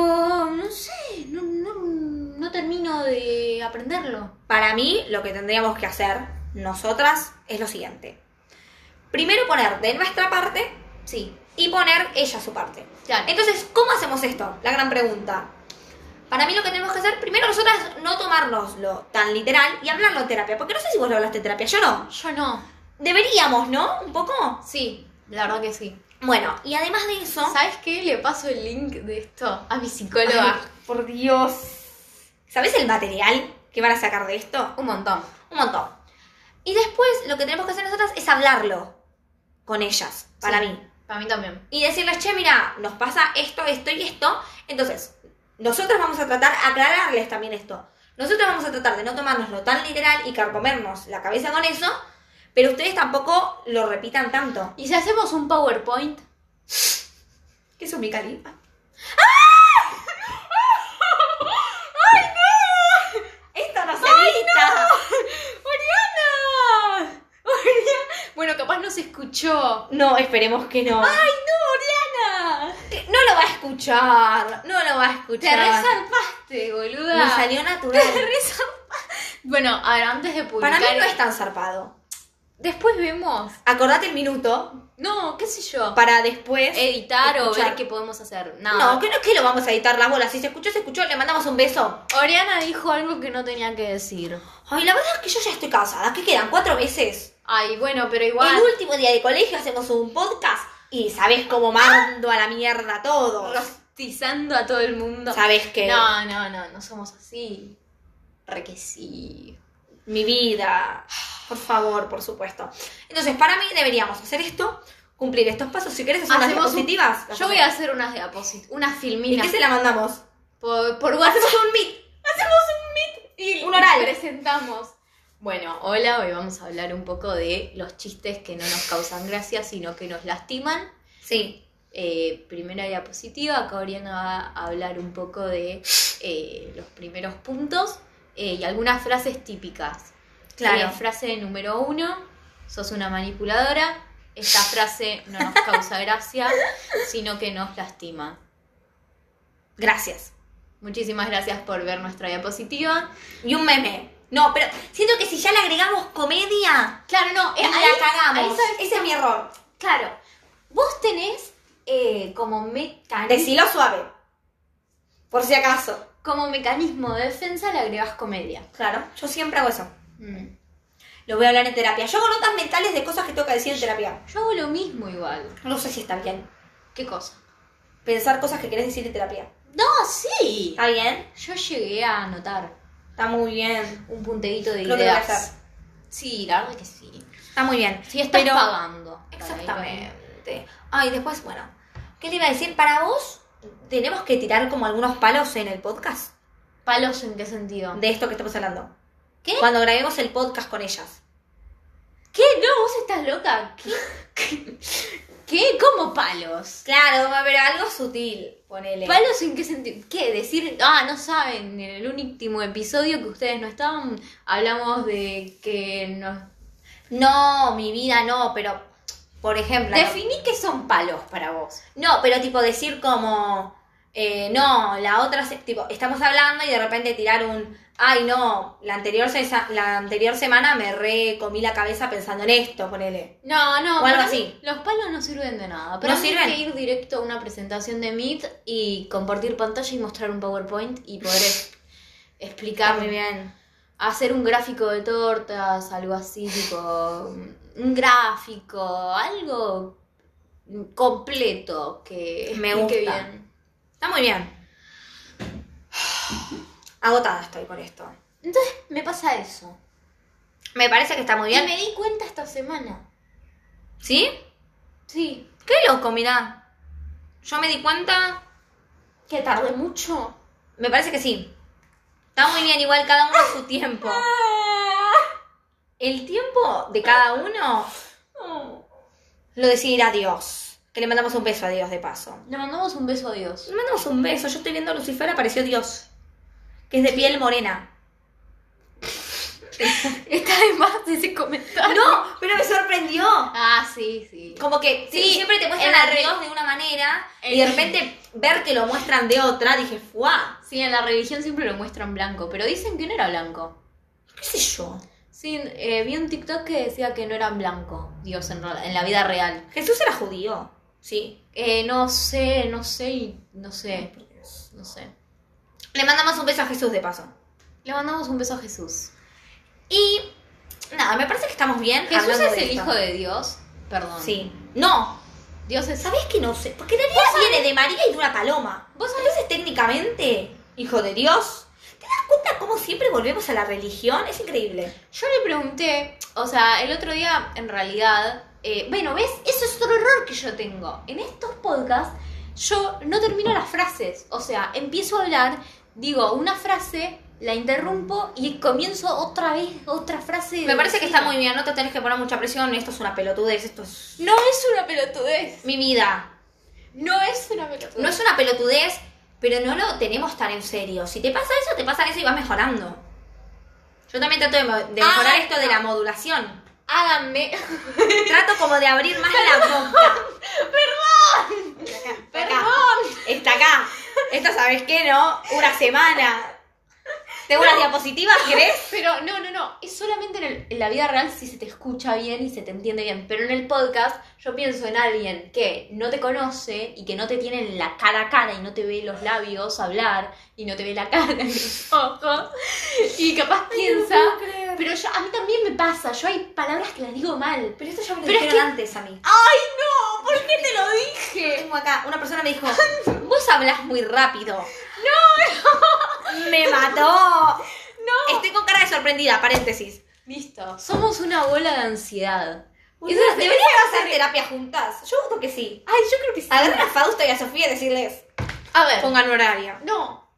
A: no sé, no, no, no termino de aprenderlo.
B: Para mí, lo que tendríamos que hacer nosotras es lo siguiente. Primero poner de nuestra parte
A: Sí,
B: y poner ella su parte.
A: claro.
B: Entonces, ¿cómo hacemos esto? La gran pregunta. Para mí lo que tenemos que hacer, primero nosotras no tomárnoslo tan literal y hablarlo en terapia. Porque no sé si vos lo hablaste en terapia, yo no.
A: Yo no.
B: Deberíamos, ¿no? Un poco.
A: Sí, la verdad que sí.
B: Bueno, y además de eso...
A: ¿Sabes qué? Le paso el link de esto a mi psicóloga.
B: Ay, por Dios. ¿Sabes el material que van a sacar de esto?
A: Un montón.
B: Un montón. Y después lo que tenemos que hacer nosotras es hablarlo con ellas, para
A: Sí,
B: mí.
A: Para mí también.
B: y decirles, che, mira, nos pasa esto, esto y esto. Entonces, nosotros vamos a tratar de aclararles también esto. Nosotros vamos a tratar de no tomárnoslo tan literal y carcomernos la cabeza con eso, pero ustedes tampoco lo repitan tanto.
A: ¿Y si hacemos un PowerPoint?
B: ¿Qué es un micalipa? ¡Ah! ¡Esto no se edita!
A: ¡Oriana! ¡Oriana! Bueno, capaz no se escuchó.
B: No, esperemos que no.
A: ¡Ay, no, Oriana!
B: No lo va a escuchar. No lo va a
A: Te
B: escuchar.
A: resarpaste, boluda.
B: Me salió natural.
A: Te resarpa- Bueno, a ver, antes de publicar.
B: Para mí no es tan zarpado.
A: Después vemos.
B: Acordate el minuto
A: No, qué sé yo.
B: para después
A: Editar o
B: escuchar.
A: ver qué podemos hacer. Nada.
B: Eh, No, que no es que lo vamos a editar la bola. Si se escuchó, se escuchó, le mandamos un beso.
A: Oriana dijo algo que no tenía que decir.
B: Ay, la verdad es que yo ya estoy cansada. ¿Qué quedan? ¿Cuatro veces?
A: Ay, bueno, pero igual.
B: El último día de colegio hacemos un podcast y sabes cómo mando a la mierda todo.
A: Rostizando a todo el mundo.
B: Sabes que
A: No, no, no, no somos así. Re que sí.
B: mi vida. Por favor, por supuesto. Entonces, para mí deberíamos hacer esto, cumplir estos pasos. Si querés hacer unas
A: Hacemos un-
B: diapositivas. las
A: Yo voy a
B: hacemos.
A: hacer unas diapositivas, unas
B: ¿Y
A: filminas.
B: qué se la mandamos?
A: Por, por WhatsApp.
B: Hacemos un meet.
A: Hacemos un meet y
B: Un oral.
A: y presentamos. Bueno, hola, hoy vamos a hablar un poco de los chistes que no nos causan gracia, sino que nos lastiman.
B: Sí.
A: Eh, primera diapositiva, acá Oriana va a hablar un poco de eh, los primeros puntos eh, y algunas frases típicas.
B: Claro.
A: Eh, frase número uno, sos una manipuladora. Esta frase no nos causa gracia, sino que nos lastima.
B: Gracias.
A: Muchísimas gracias por ver nuestra diapositiva.
B: Y un meme. No, pero siento que si ya le agregamos comedia,
A: Claro, no, eh,
B: Y la cagamos.
A: ahí sabes-
B: Ese es mi error.
A: Claro, vos tenés eh, como, mecanismo,
B: Decilo suave. Por si acaso.
A: como mecanismo de defensa le agregás comedia.
B: Claro, yo siempre hago eso. Lo voy a hablar en terapia. Yo hago notas mentales de cosas que tengo que decir en terapia.
A: Yo hago lo mismo igual.
B: No sé si está bien.
A: ¿Qué cosa?
B: Pensar cosas que querés decir en terapia.
A: No, sí.
B: ¿Está bien?
A: Ah, Yo llegué a anotar
B: Está muy bien.
A: un punteguito de
B: Creo que lo voy a
A: ideas.
B: hacer.
A: Sí, la verdad que sí.
B: Está muy bien.
A: Sí, estás
B: Pero-
A: pagando. para ir ahí.
B: Exactamente. Ay, después, bueno. ¿Qué le iba a decir? Para vos, tenemos que tirar como algunos palos en el podcast
A: ¿Palos en qué sentido?
B: de esto que estamos hablando.
A: ¿Qué?
B: Cuando grabemos el podcast con ellas.
A: ¿Qué? No, vos estás loca. ¿Qué? ¿Qué? ¿Qué? ¿Cómo palos?
B: Claro, pero algo sutil, ponele.
A: ¿Palos en qué sentido? ¿Qué? Decir, ah, no saben, en el último episodio que ustedes no estaban, hablamos de que nos...
B: No, mi vida no, pero por ejemplo.
A: Definí qué son palos para vos.
B: No, pero tipo decir como. eh, no, la otra. se- tipo, estamos hablando y de repente tirar un. Ay, no, la anterior, se- la anterior semana me re comí la cabeza pensando en esto, ponele.
A: No, no,
B: O algo
A: para
B: así.
A: mí los palos no sirven de nada. Para
B: ¿No
A: mí
B: sirven?
A: hay que ir directo a una presentación de Meet y compartir pantalla y mostrar un PowerPoint y poder es- explicar,
B: bien.
A: hacer un gráfico de tortas, algo así, tipo, un gráfico, algo completo que
B: Me
A: explique
B: gusta.
A: bien.
B: Está muy bien. Agotada estoy por esto.
A: Entonces me pasa eso.
B: Me parece que está muy
A: Y
B: bien.
A: me di cuenta esta semana.
B: ¿Sí?
A: Sí.
B: Qué loco, mirá. Yo me di cuenta
A: Que tardé mucho.
B: Me parece que sí. Está muy bien, igual cada uno a su tiempo. El tiempo de cada uno lo decidirá Dios. Que le mandamos un beso a Dios de paso.
A: Le mandamos un beso a Dios.
B: Le mandamos un beso. Yo estoy viendo a Lucifer, apareció Dios. Que es de piel morena.
A: Está de más ese comentario.
B: ¡No! Pero me sorprendió.
A: Ah, sí, sí.
B: Como que
A: Sí,
B: siempre te muestran
A: en la
B: a
A: re-
B: Dios de una manera eh, y
A: en-
B: de repente ver que lo muestran de otra, dije, ¡fuá!
A: Sí, en la religión siempre lo muestran blanco, pero dicen que no era blanco.
B: ¿Qué sé yo?
A: Sí, eh, vi un TikTok que decía que no era blanco, Dios, en, ra- en la vida real.
B: Jesús era judío. Sí.
A: Eh, no sé, no sé, y no sé, no sé.
B: Le mandamos un beso a Jesús de paso.
A: Le mandamos un beso a Jesús.
B: Y nada, me parece que estamos bien.
A: ¿Jesús
B: hablando
A: es
B: de
A: el
B: esto.
A: hijo de Dios? Perdón.
B: Sí. No,
A: Dios es...
B: ¿sabés que no sé? Porque Daniela viene de María y de una paloma.
A: ¿Vos
B: Entonces, técnicamente, hijo de Dios. ¿Te das cuenta cómo siempre volvemos a la religión? Es increíble.
A: Yo le pregunté, o sea, el otro día, en realidad, eh, bueno, ¿ves? Eso es otro error que yo tengo. En estos podcasts, yo no termino las frases. O sea, empiezo a hablar, digo una frase, la interrumpo y comienzo otra vez otra frase.
B: Me parece que está muy bien, no te tenés que poner mucha presión. Esto es una pelotudez, esto es
A: No es una pelotudez.
B: mi vida.
A: No es una pelotudez.
B: No es una pelotudez, pero no lo tenemos tan en serio. Si te pasa eso, te pasa eso y vas mejorando. Yo también trato de, mo- de
A: Ah,
B: mejorar esto de
A: no.
B: la modulación.
A: Háganme.
B: Trato como de abrir más la boca. Perdón. Está acá. Esta, ¿sabes qué, no? Una semana. ¿Tengo unas diapositivas, querés?
A: Pero no, no, no. Es solamente en, el- en la vida real si se te escucha bien y se te entiende bien. Pero en el podcast yo pienso en alguien que no te conoce y que no te tiene en la cara a cara y no te ve los labios hablar y no te ve la cara y los ojos. Y capaz piensa. pero yo, a mí también me pasa. Yo hay palabras que las digo mal.
B: Pero esto ya me lo
A: Pero es
B: dijeron
A: que-
B: antes a mí.
A: ¡Ay, no! ¿Por qué te lo dije?
B: Tengo acá, una persona me dijo, vos hablas muy rápido. No, Me mató.
A: No.
B: Estoy con cara de sorprendida, paréntesis.
A: Listo. Somos una bola de ansiedad.
B: Deberíamos hacer terapia juntas. Yo creo que sí.
A: Ay, yo creo que sí.
B: Agarrar a Fausto y a Sofía y decirles,
A: A ver.
B: pongan horario.
A: No.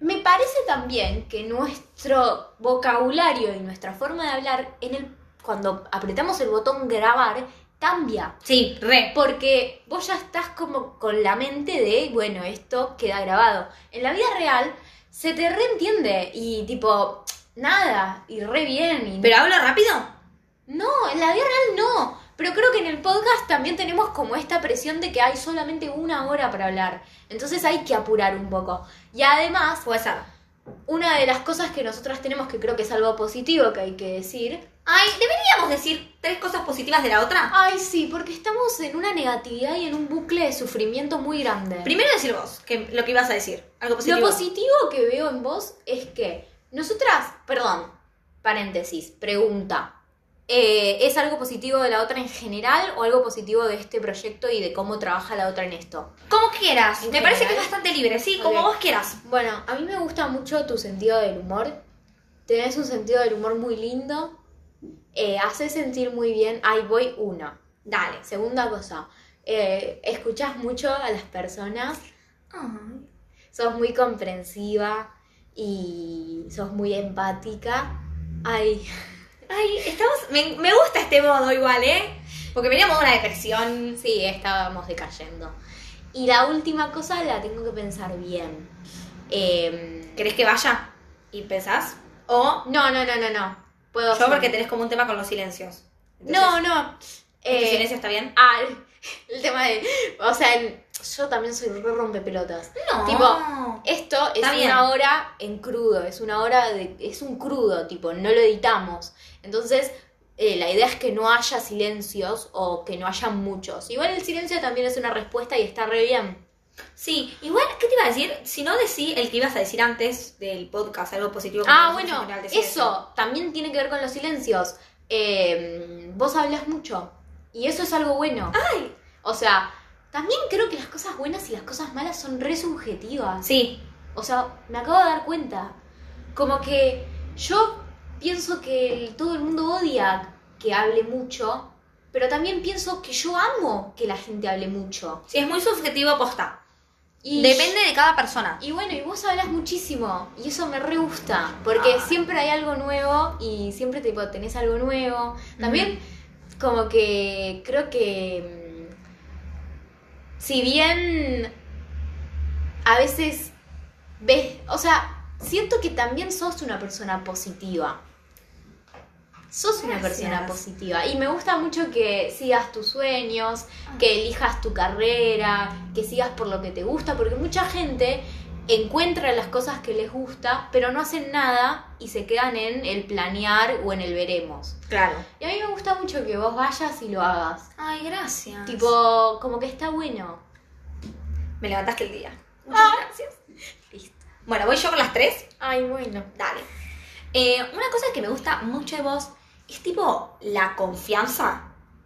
A: Me parece también que nuestro vocabulario y nuestra forma de hablar en el cuando apretamos el botón grabar cambia,
B: Sí, re.
A: porque vos ya estás como con la mente de, bueno, esto queda grabado. En la vida real se te reentiende y tipo nada y re bien y
B: ¿Pero hablo rápido?
A: no, en la vida real no. Pero creo que en el podcast también tenemos como esta presión de que hay solamente una hora para hablar. Entonces hay que apurar un poco. Y además,
B: Puede ser.
A: una de las cosas que nosotras tenemos que creo que es algo positivo que hay que decir.
B: Ay, ¿deberíamos decir tres cosas positivas de la otra?
A: Ay, sí, porque estamos en una negatividad y en un bucle de sufrimiento muy grande.
B: Primero decir vos, que lo que ibas a decir. Algo positivo.
A: Lo positivo que veo en vos es que nosotras, perdón, paréntesis, pregunta. eh, ¿Es algo positivo de la otra en general o algo positivo de este proyecto y de cómo trabaja la otra en esto?
B: Como quieras.
A: ¿En
B: Me parece que es
A: general?
B: bastante libre, sí, como
A: Ok.
B: vos quieras.
A: Bueno, a mí me gusta mucho tu sentido del humor. Tenés un sentido del humor muy lindo. Eh, hace sentir muy bien. Ahí voy una.
B: Dale.
A: Segunda cosa, eh, escuchas mucho a las personas, sos muy comprensiva y sos muy empática. Ay,
B: Ay, estamos. Me, me gusta este modo igual, ¿eh? Porque veníamos de una depresión.
A: sí, estábamos decayendo. Y la última cosa la tengo que pensar bien. Em,
B: ¿Querés que vaya? ¿Y pensás? O
A: no, no, no, no, no. Puedo.
B: yo
A: sin-
B: porque tenés como un tema con los silencios. Entonces,
A: No, no.
B: ¿este
A: Eh,
B: silencio está bien?
A: ah, el tema de. O sea, el- yo también soy re rompepelotas.
B: No.
A: tipo, Esto es
B: Está bien.
A: una hora en crudo, es una hora de, es un crudo, tipo, no lo editamos. Entonces, eh, la idea es que no haya silencios o que no haya muchos. Igual el silencio también es una respuesta y está re bien.
B: Sí, igual, ¿qué te iba a decir? Si no decí el que ibas a decir antes del podcast, algo positivo. que
A: Ah,
B: nosotros en
A: bueno,
B: general decimos.
A: eso también tiene que ver con los silencios. Eh, vos hablas mucho y eso es algo bueno.
B: Ay,
A: O sea, también creo que las cosas buenas y las cosas malas son re subjetivas.
B: sí,
A: O sea, me acabo de dar cuenta. Como que yo pienso que el- todo el mundo odia que hable mucho, pero también pienso que yo amo que la gente hable mucho.
B: sí, es muy subjetivo posta.
A: Y-
B: Depende de cada persona.
A: Y bueno, y vos hablas muchísimo y eso me re gusta, porque siempre hay algo nuevo y siempre tipo tenés algo nuevo. También como que creo que mm, si bien a veces ves, o sea, siento que también sos una persona positiva. Sos una
B: Gracias.
A: persona positiva y me gusta mucho que sigas tus sueños,
B: Ah.
A: que elijas tu carrera, que sigas por lo que te gusta, porque mucha gente encuentra las cosas que les gusta, pero no hacen nada y se quedan en el planear o en el veremos.
B: Claro.
A: Y a mí me gusta mucho que vos vayas y lo hagas.
B: Ay, gracias.
A: Tipo, como que está bueno.
B: Me levantaste el día. Muchas gracias.
A: Listo.
B: Bueno, voy yo con las tres.
A: Ay, bueno.
B: Dale. Eh, una cosa que me gusta mucho de vos es tipo la confianza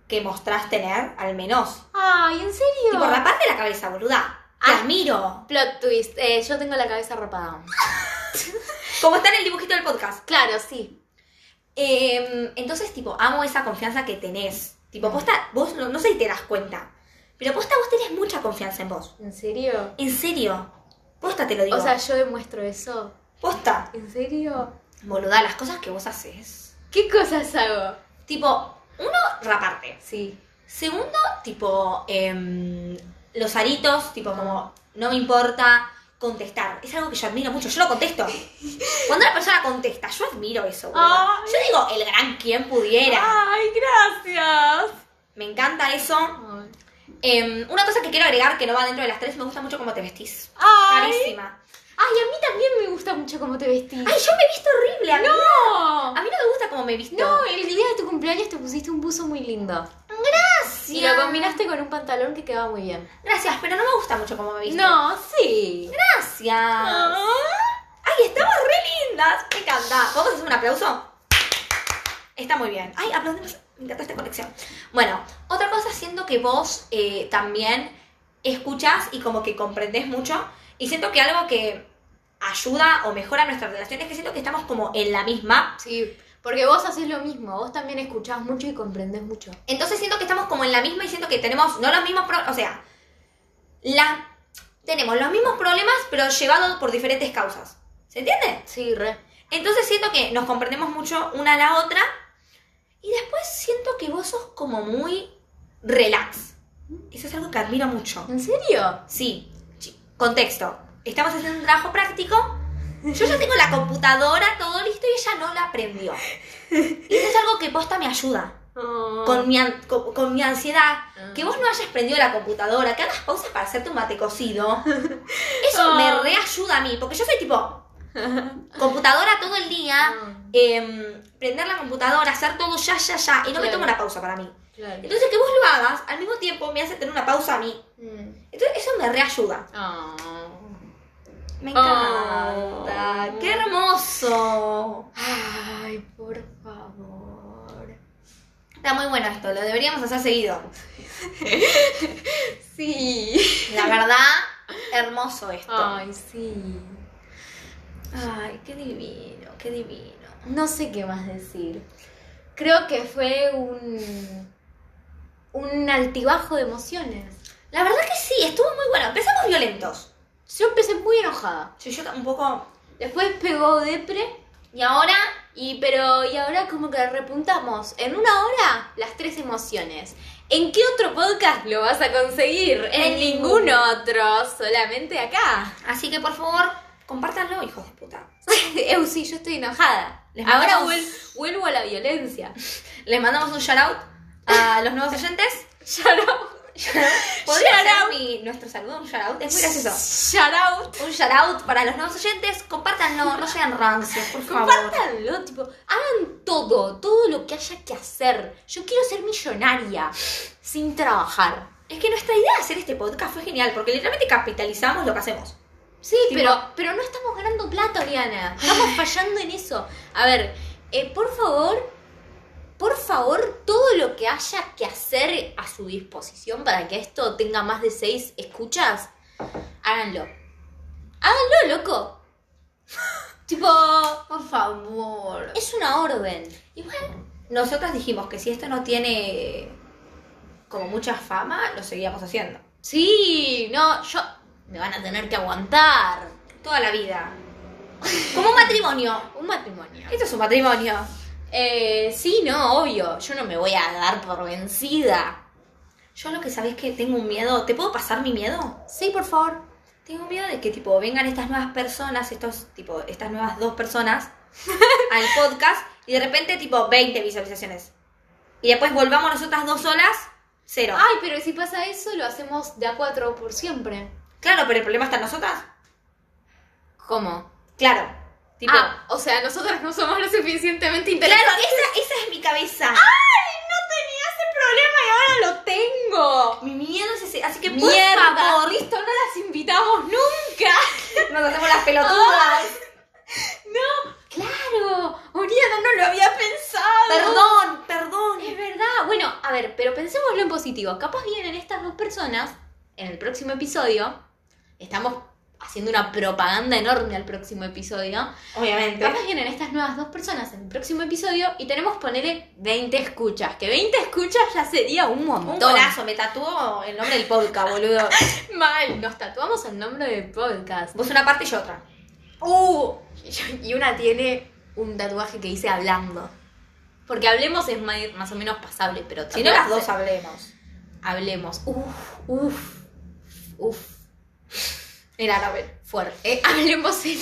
B: que mostrás tener, al menos.
A: Ay, ¿en serio?
B: Tipo, raparte la cabeza, boluda. Te
A: Ah.
B: admiro.
A: Plot twist. eh, yo tengo la cabeza rapada.
B: Como está en el dibujito del podcast.
A: Claro, sí.
B: Eh, entonces, tipo, amo esa confianza que tenés. Tipo, posta, vos no, no sé si te das cuenta, pero posta vos tenés mucha confianza en vos.
A: ¿En serio?
B: En serio. Posta te lo digo.
A: O sea, yo demuestro eso.
B: posta.
A: ¿En serio?
B: Boluda, las cosas que vos haces.
A: ¿Qué cosas hago?
B: Tipo, uno, raparte.
A: Sí.
B: Segundo, tipo, em, los aritos, tipo, como, no me importa contestar. Es algo que yo admiro mucho. Yo lo contesto. Cuando una persona contesta, yo admiro eso. boluda.
A: Ay.
B: Yo digo, el gran quien pudiera.
A: Ay, gracias.
B: Me encanta eso. Em, una cosa que quiero agregar que no va dentro de las tres, me gusta mucho cómo te vestís.
A: Ay.
B: Carísima.
A: Ay, a mí también me gusta mucho cómo te vestís.
B: Ay, yo me he visto horrible. A mí,
A: no.
B: a mí no me gusta cómo me he visto.
A: No, el día de tu cumpleaños te pusiste un buzo muy lindo. Y
B: Gracias.
A: lo combinaste con un pantalón que quedaba muy bien.
B: Gracias, pero no me gusta mucho cómo me he visto.
A: No, sí.
B: Gracias. Ay, estamos re lindas. Me encanta. ¿Vamos a hacer un aplauso? Está muy bien. Ay, aplaudimos. Me encanta esta conexión. Bueno, otra cosa siento que vos eh, también escuchás y como que comprendés mucho. Y siento que algo que ayuda o mejora nuestra relación es que siento que estamos como en la misma.
A: Sí, porque vos haces lo mismo. Vos también escuchás mucho y comprendés mucho.
B: Entonces siento que estamos como en la misma y siento que tenemos no los mismos problemas. O sea, la, tenemos los mismos problemas pero llevados por diferentes causas. ¿Se entiende?
A: Sí, re.
B: Entonces siento que nos comprendemos mucho una a la otra. Y después siento que vos sos como muy relax. Eso es algo que admiro mucho.
A: ¿En serio?
B: Sí, chi- contexto. Estamos haciendo un trabajo práctico. Yo ya tengo la computadora, todo listo, y ella no la aprendió. Y eso es algo que posta me ayuda. Con mi, an- con, con mi ansiedad,
A: Ah,
B: que vos no hayas prendido la computadora, que hagas pausas para hacerte un mate cocido. Eso me
A: Oh.
B: reayuda a mí, porque yo soy tipo computadora todo el día, em, prender la computadora, hacer todo ya, ya, ya, y no me
A: Claro.
B: tomo una pausa para mí.
A: Claro.
B: Entonces que vos lo hagas, al mismo tiempo me hace tener una pausa a mí.
A: Mm.
B: Entonces eso me reayuda.
A: Oh.
B: Me
A: Oh.
B: encanta. Ah, ¡Qué hermoso!
A: Ay, por favor.
B: Está muy bueno esto, lo deberíamos hacer seguido.
A: Sí.
B: La verdad, hermoso esto.
A: Ay, sí.
B: Ay, qué divino, qué divino.
A: No sé qué más decir. Creo que fue un. un altibajo de emociones.
B: La verdad que sí, estuvo muy bueno. Empezamos violentos.
A: Yo empecé muy enojada.
B: Sí, yo un poco.
A: Después pegó depre.
B: Y ahora,
A: Y pero, y ahora como que repuntamos en una hora las tres emociones. ¿En qué otro podcast lo vas a conseguir? En,
B: En
A: ningún
B: ninguno.
A: otro, solamente acá.
B: así que por favor, compártanlo, hijos de puta.
A: Eu sí, yo estoy enojada.
B: Les
A: ahora
B: mandamos-
A: vuel- vuelvo a la violencia.
B: Les mandamos un shout out a los nuevos oyentes.
A: Shout
B: ¿Podría
A: Shout
B: ser
A: out.
B: mi- nuestro saludo un shout out? Es muy gracioso.
A: out.
B: Un shout out para los nuevos oyentes. Compártanlo, no sean rancios, por favor.
A: Compártanlo, tipo, hagan todo, todo lo que haya que hacer. Yo quiero ser millonaria sin trabajar.
B: Es que nuestra idea de hacer este podcast fue genial porque literalmente capitalizamos lo que hacemos.
A: Sí,
B: Tipo-
A: pero, pero no estamos ganando plata, Oriana. Estamos fallando en eso. A ver, eh, por favor, por favor, todo lo que haya que hacer a su disposición para que esto tenga más de seis escuchas, háganlo. Háganlo, loco. tipo,
B: Por favor.
A: es una orden.
B: Igual, nosotras dijimos que si esto no tiene como mucha fama, lo seguíamos haciendo.
A: Sí, no, yo Me van a tener que aguantar.
B: Toda la vida. Como un matrimonio.
A: Un matrimonio.
B: Esto es un matrimonio.
A: Eh, sí, no, obvio. Yo no me voy a dar por vencida.
B: Yo lo que sabes que tengo un miedo. ¿Te puedo pasar mi miedo?
A: Sí, por favor.
B: Tengo miedo de que tipo vengan estas nuevas personas, estos tipo estas nuevas dos personas al podcast y de repente tipo 20 visualizaciones. Y después volvamos nosotras dos solas, cero.
A: Ay, pero si pasa eso, lo hacemos de a cuatro por siempre.
B: Claro, pero el problema está en nosotras.
A: ¿Cómo?
B: Claro. Tipo,
A: ah, o sea, nosotras no somos lo suficientemente
B: claro,
A: inteligentes.
B: esa, Ah. esa es mi cabeza.
A: ¡Ay! No tenía ese problema y ahora lo tengo.
B: Mi miedo es ese. Así que por
A: Mierda.
B: favor,
A: Listo, no las invitamos nunca.
B: nos hacemos las pelotudas.
A: No, claro. Oriana no lo había pensado.
B: Ah. Perdón, perdón.
A: Es verdad. Bueno, a ver, pero pensémoslo en positivo. Capaz vienen estas dos personas en el próximo episodio. Estamos haciendo una propaganda enorme al próximo episodio.
B: Obviamente.
A: Capaz vienen estas nuevas dos personas en el próximo episodio y tenemos ponerle 20 escuchas. Que 20 escuchas ya sería un montón.
B: Un golazo, me tatuó el nombre del podcast, boludo.
A: Mal, nos tatuamos el nombre del podcast.
B: Vos una parte y yo otra.
A: Uh, y una tiene un tatuaje que dice hablando. Porque hablemos es ma- más o menos pasable, pero
B: Si no, las dos
A: hablemos.
B: hablemos.
A: hablemos. Uf, uf, uf,
B: Mira, a ver.
A: fuerte. Eh, hablemos en...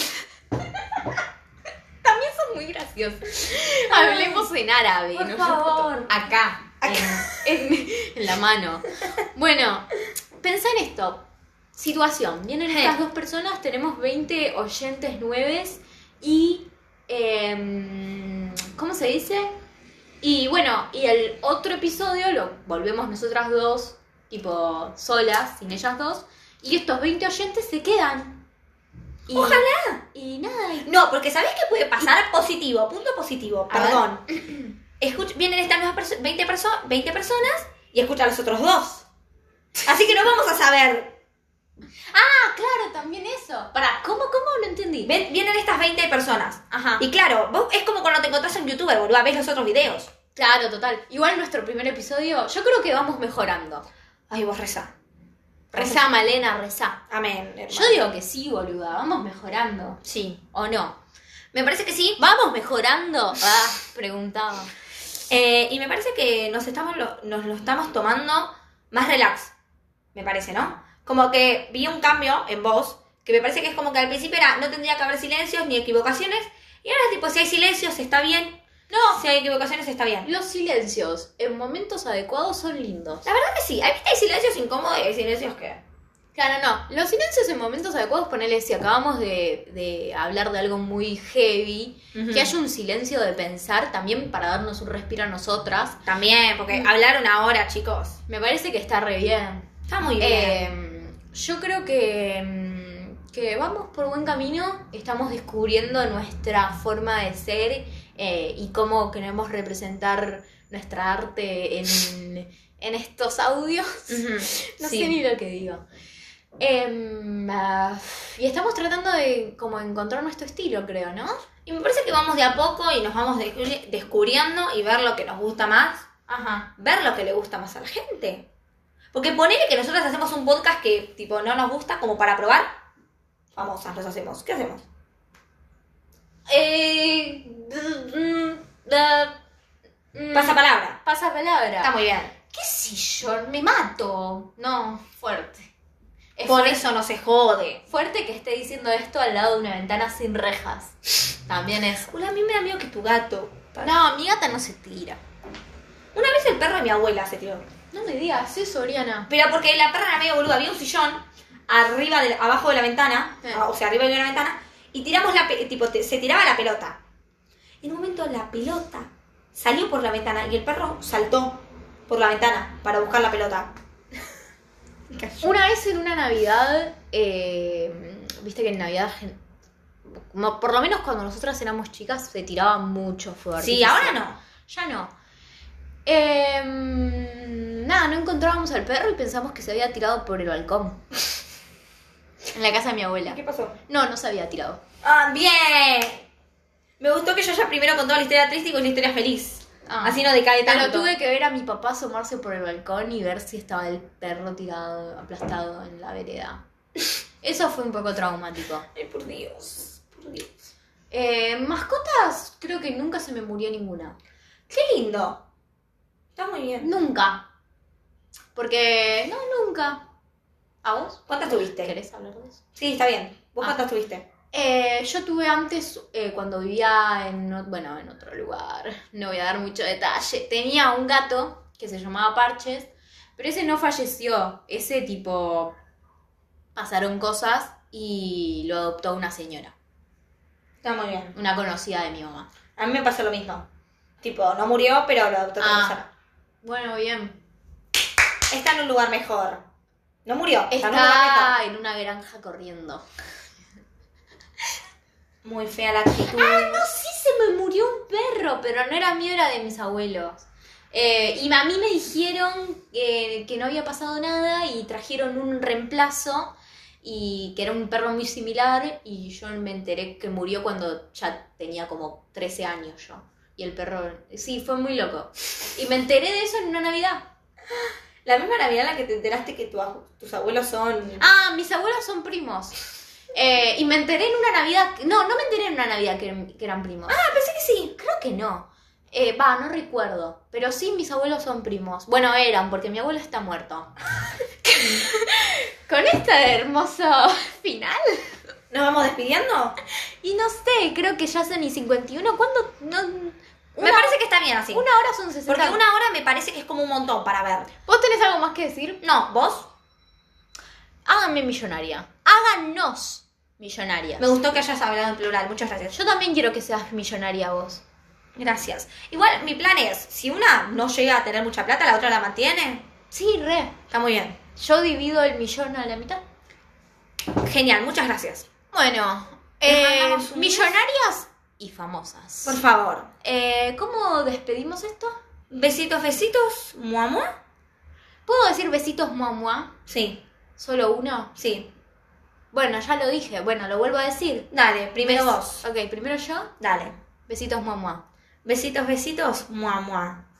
A: También son muy graciosos. Hablemos en árabe.
B: Por
A: ¿no?
B: favor.
A: Acá. En, en- en la mano. Bueno, pensá en esto. Situación. Vienen
B: Sí.
A: estas dos personas, tenemos 20 oyentes nueves y... em, ¿Cómo se dice? Y bueno, y el otro episodio lo volvemos nosotras dos, tipo solas, sin ellas dos, y estos 20 oyentes se quedan. Y-
B: Ojalá.
A: Y nada, y-
B: No, porque ¿sabés qué puede pasar? Positivo, punto positivo.
A: A ver.
B: Perdón. Escuch- vienen estas nuevas perso- 20, perso- 20 personas y escuchan los otros dos. Así que no vamos a saber.
A: Ah, claro, también eso. Para, ¿cómo, cómo? No entendí.
B: Ven- vienen estas 20 personas. Ah,
A: Ajá.
B: Y claro, vos es como cuando te encontrás en youtuber, boludo, ves los otros videos.
A: Claro, total. Igual nuestro primer episodio, yo creo que vamos mejorando.
B: Ay, vos reza.
A: Rezá, Malena, rezá.
B: Amén. hermano.
A: Yo digo que sí, boluda, vamos mejorando.
B: sí.
A: ¿O no?
B: Me parece que sí.
A: ¿Vamos mejorando? Ah, preguntaba.
B: Eh, y me parece que nos, estamos lo, nos lo estamos tomando más relax, me parece, ¿no? Como que vi un cambio en vos, que me parece que es como que al principio era, no tendría que haber silencios ni equivocaciones, y ahora tipo, si hay silencios está bien, no, si hay equivocaciones está bien.
A: Los silencios en momentos adecuados son lindos.
B: La verdad que sí, hay, hay silencios incómodos y hay silencios que...
A: Claro, no. Los silencios en momentos adecuados, ponele si acabamos de, de hablar de algo muy heavy,
B: Ujú.
A: que haya un silencio de pensar también para darnos un respiro a nosotras.
B: También, porque hablar una hora, chicos.
A: Me parece que está re bien.
B: Está muy bien.
A: Eh, yo creo que, mm, que vamos por buen camino, estamos descubriendo nuestra forma de ser eh, y cómo queremos representar nuestra arte en, en estos audios.
B: Ujú.
A: No
B: Sí.
A: sé ni lo que digo. Em, ah, y estamos tratando de como encontrar nuestro estilo, creo, ¿no?
B: Y me parece que vamos de a poco y nos vamos descubri- descubriendo y ver lo que nos gusta más.
A: Ajá.
B: ver lo que le gusta más a la gente. Porque ponele que nosotros hacemos un podcast que tipo no nos gusta como para probar. Famosas los hacemos. ¿Qué hacemos?
A: Eh, mm, ah,
B: Pasa palabra.
A: Pasa palabra.
B: Mm. Está muy bien.
A: ¿Qué sé yo? Me mato. No, fuerte. Es
B: Por
A: fuerte,
B: eso no se jode.
A: fuerte que esté diciendo esto al lado de una ventana sin rejas. También es.
B: Hola, a mí me da miedo que tu gato.
A: No, mi gata no se tira.
B: Una vez el perro de mi abuela se tiró.
A: No me digas eso, Oriana.
B: Pero porque la perra era medio boluda. Había un sillón arriba del, abajo de la ventana. ah,
A: Sí.
B: O sea, arriba de una ventana. Y tiramos la pe- tipo, te- se tiraba la pelota. En un momento la pelota salió por la ventana y el perro saltó por la ventana para buscar la pelota. Y cayó.
A: Una vez en una Navidad, eh, viste que en Navidad, gen- mo- por lo menos cuando nosotras éramos chicas, se tiraba mucho fuego
B: Sí,
A: artificial.
B: ahora no.
A: Ya no. Em, nada, no encontrábamos al perro y pensamos que se había tirado por el balcón. en la casa de mi abuela.
B: pasó?
A: No, no se había tirado.
B: Ah, bien. Me gustó que yo ya primero contaba la historia triste y con la historia feliz.
A: Ah.
B: Así no decae
A: Pero
B: tanto.
A: tuve que ver a mi papá asomarse por el balcón y ver si estaba el perro tirado, aplastado en la vereda. Eso fue un poco traumático.
B: Ay, por Dios. Por Dios.
A: Eh, mascotas, creo que nunca se me murió ninguna.
B: Qué lindo. Está muy bien.
A: Nunca. Porque, no, nunca. ¿A vos?
B: ¿Cuántas tuviste?
A: ¿Querés hablar de eso?
B: Sí, está bien. ¿Vos
A: Ah.
B: cuántas tuviste?
A: Eh, yo tuve antes, eh, cuando vivía en, o- bueno, en otro lugar, no voy a dar mucho detalle, tenía un gato que se llamaba Parches, pero ese no falleció, ese tipo pasaron cosas y lo adoptó una señora,
B: Está muy bien.
A: una conocida de mi mamá.
B: A mí me pasó lo mismo. Tipo, no murió, pero lo adoptó otra
A: Ah.
B: persona.
A: Bueno, bien.
B: Está en un lugar mejor. No murió. Está, en un lugar mejor.
A: Está en una granja corriendo.
B: Muy fea la actitud.
A: No, sí se me murió un perro, pero no era mío, era de mis abuelos. Eh, y a mí me dijeron eh, que, que no había pasado nada y trajeron un reemplazo y que era un perro muy similar y yo me enteré que murió cuando ya tenía como 13 años yo. Y el perro, sí, fue muy loco. Y me enteré de eso en una Navidad.
B: La misma Navidad en la que te enteraste que tu aj- tus abuelos son.
A: Ah, mis abuelos son primos. Eh, y me enteré en una Navidad. No, no me enteré en una Navidad que, eran- que eran primos. Ah, pensé que sí. Creo que no. Eh, Va, no recuerdo. Pero sí, mis abuelos son primos. Bueno, eran, porque mi abuelo está muerto. Con este hermoso final.
B: ¿Nos vamos despidiendo?
A: Y no sé, creo que ya son y 51. ¿Cuándo? No,
B: me
A: una-
B: parece que está bien así.
A: Una hora son 60.
B: porque una hora me parece que es como un montón para ver.
A: ¿Vos tenés algo más que decir?
B: No, vos.
A: Háganme millonaria. Háganos millonarias.
B: Me gustó que hayas hablado en plural. Muchas gracias.
A: Yo también quiero que seas millonaria vos.
B: Gracias. Igual, mi plan es: si una no llega a tener mucha plata, la otra la mantiene.
A: Sí, re.
B: Está muy bien.
A: Yo divido el millón a la mitad.
B: Genial, muchas gracias.
A: Bueno,
B: Les
A: eh,
B: mandamos un
A: millonarias y
B: Por
A: famosas.
B: favor.
A: Eh, ¿Cómo despedimos esto?
B: Besitos, besitos. ¿Mua, mua?
A: ¿Puedo decir besitos mua mua?
B: Sí,
A: ¿Solo uno?
B: sí.
A: Bueno, ya lo dije. Bueno, lo vuelvo a decir.
B: Dale, primero
A: Bes-
B: vos.
A: Ok, primero yo.
B: Dale.
A: Besitos mua mua.
B: Besitos, besitos. Mua, mua.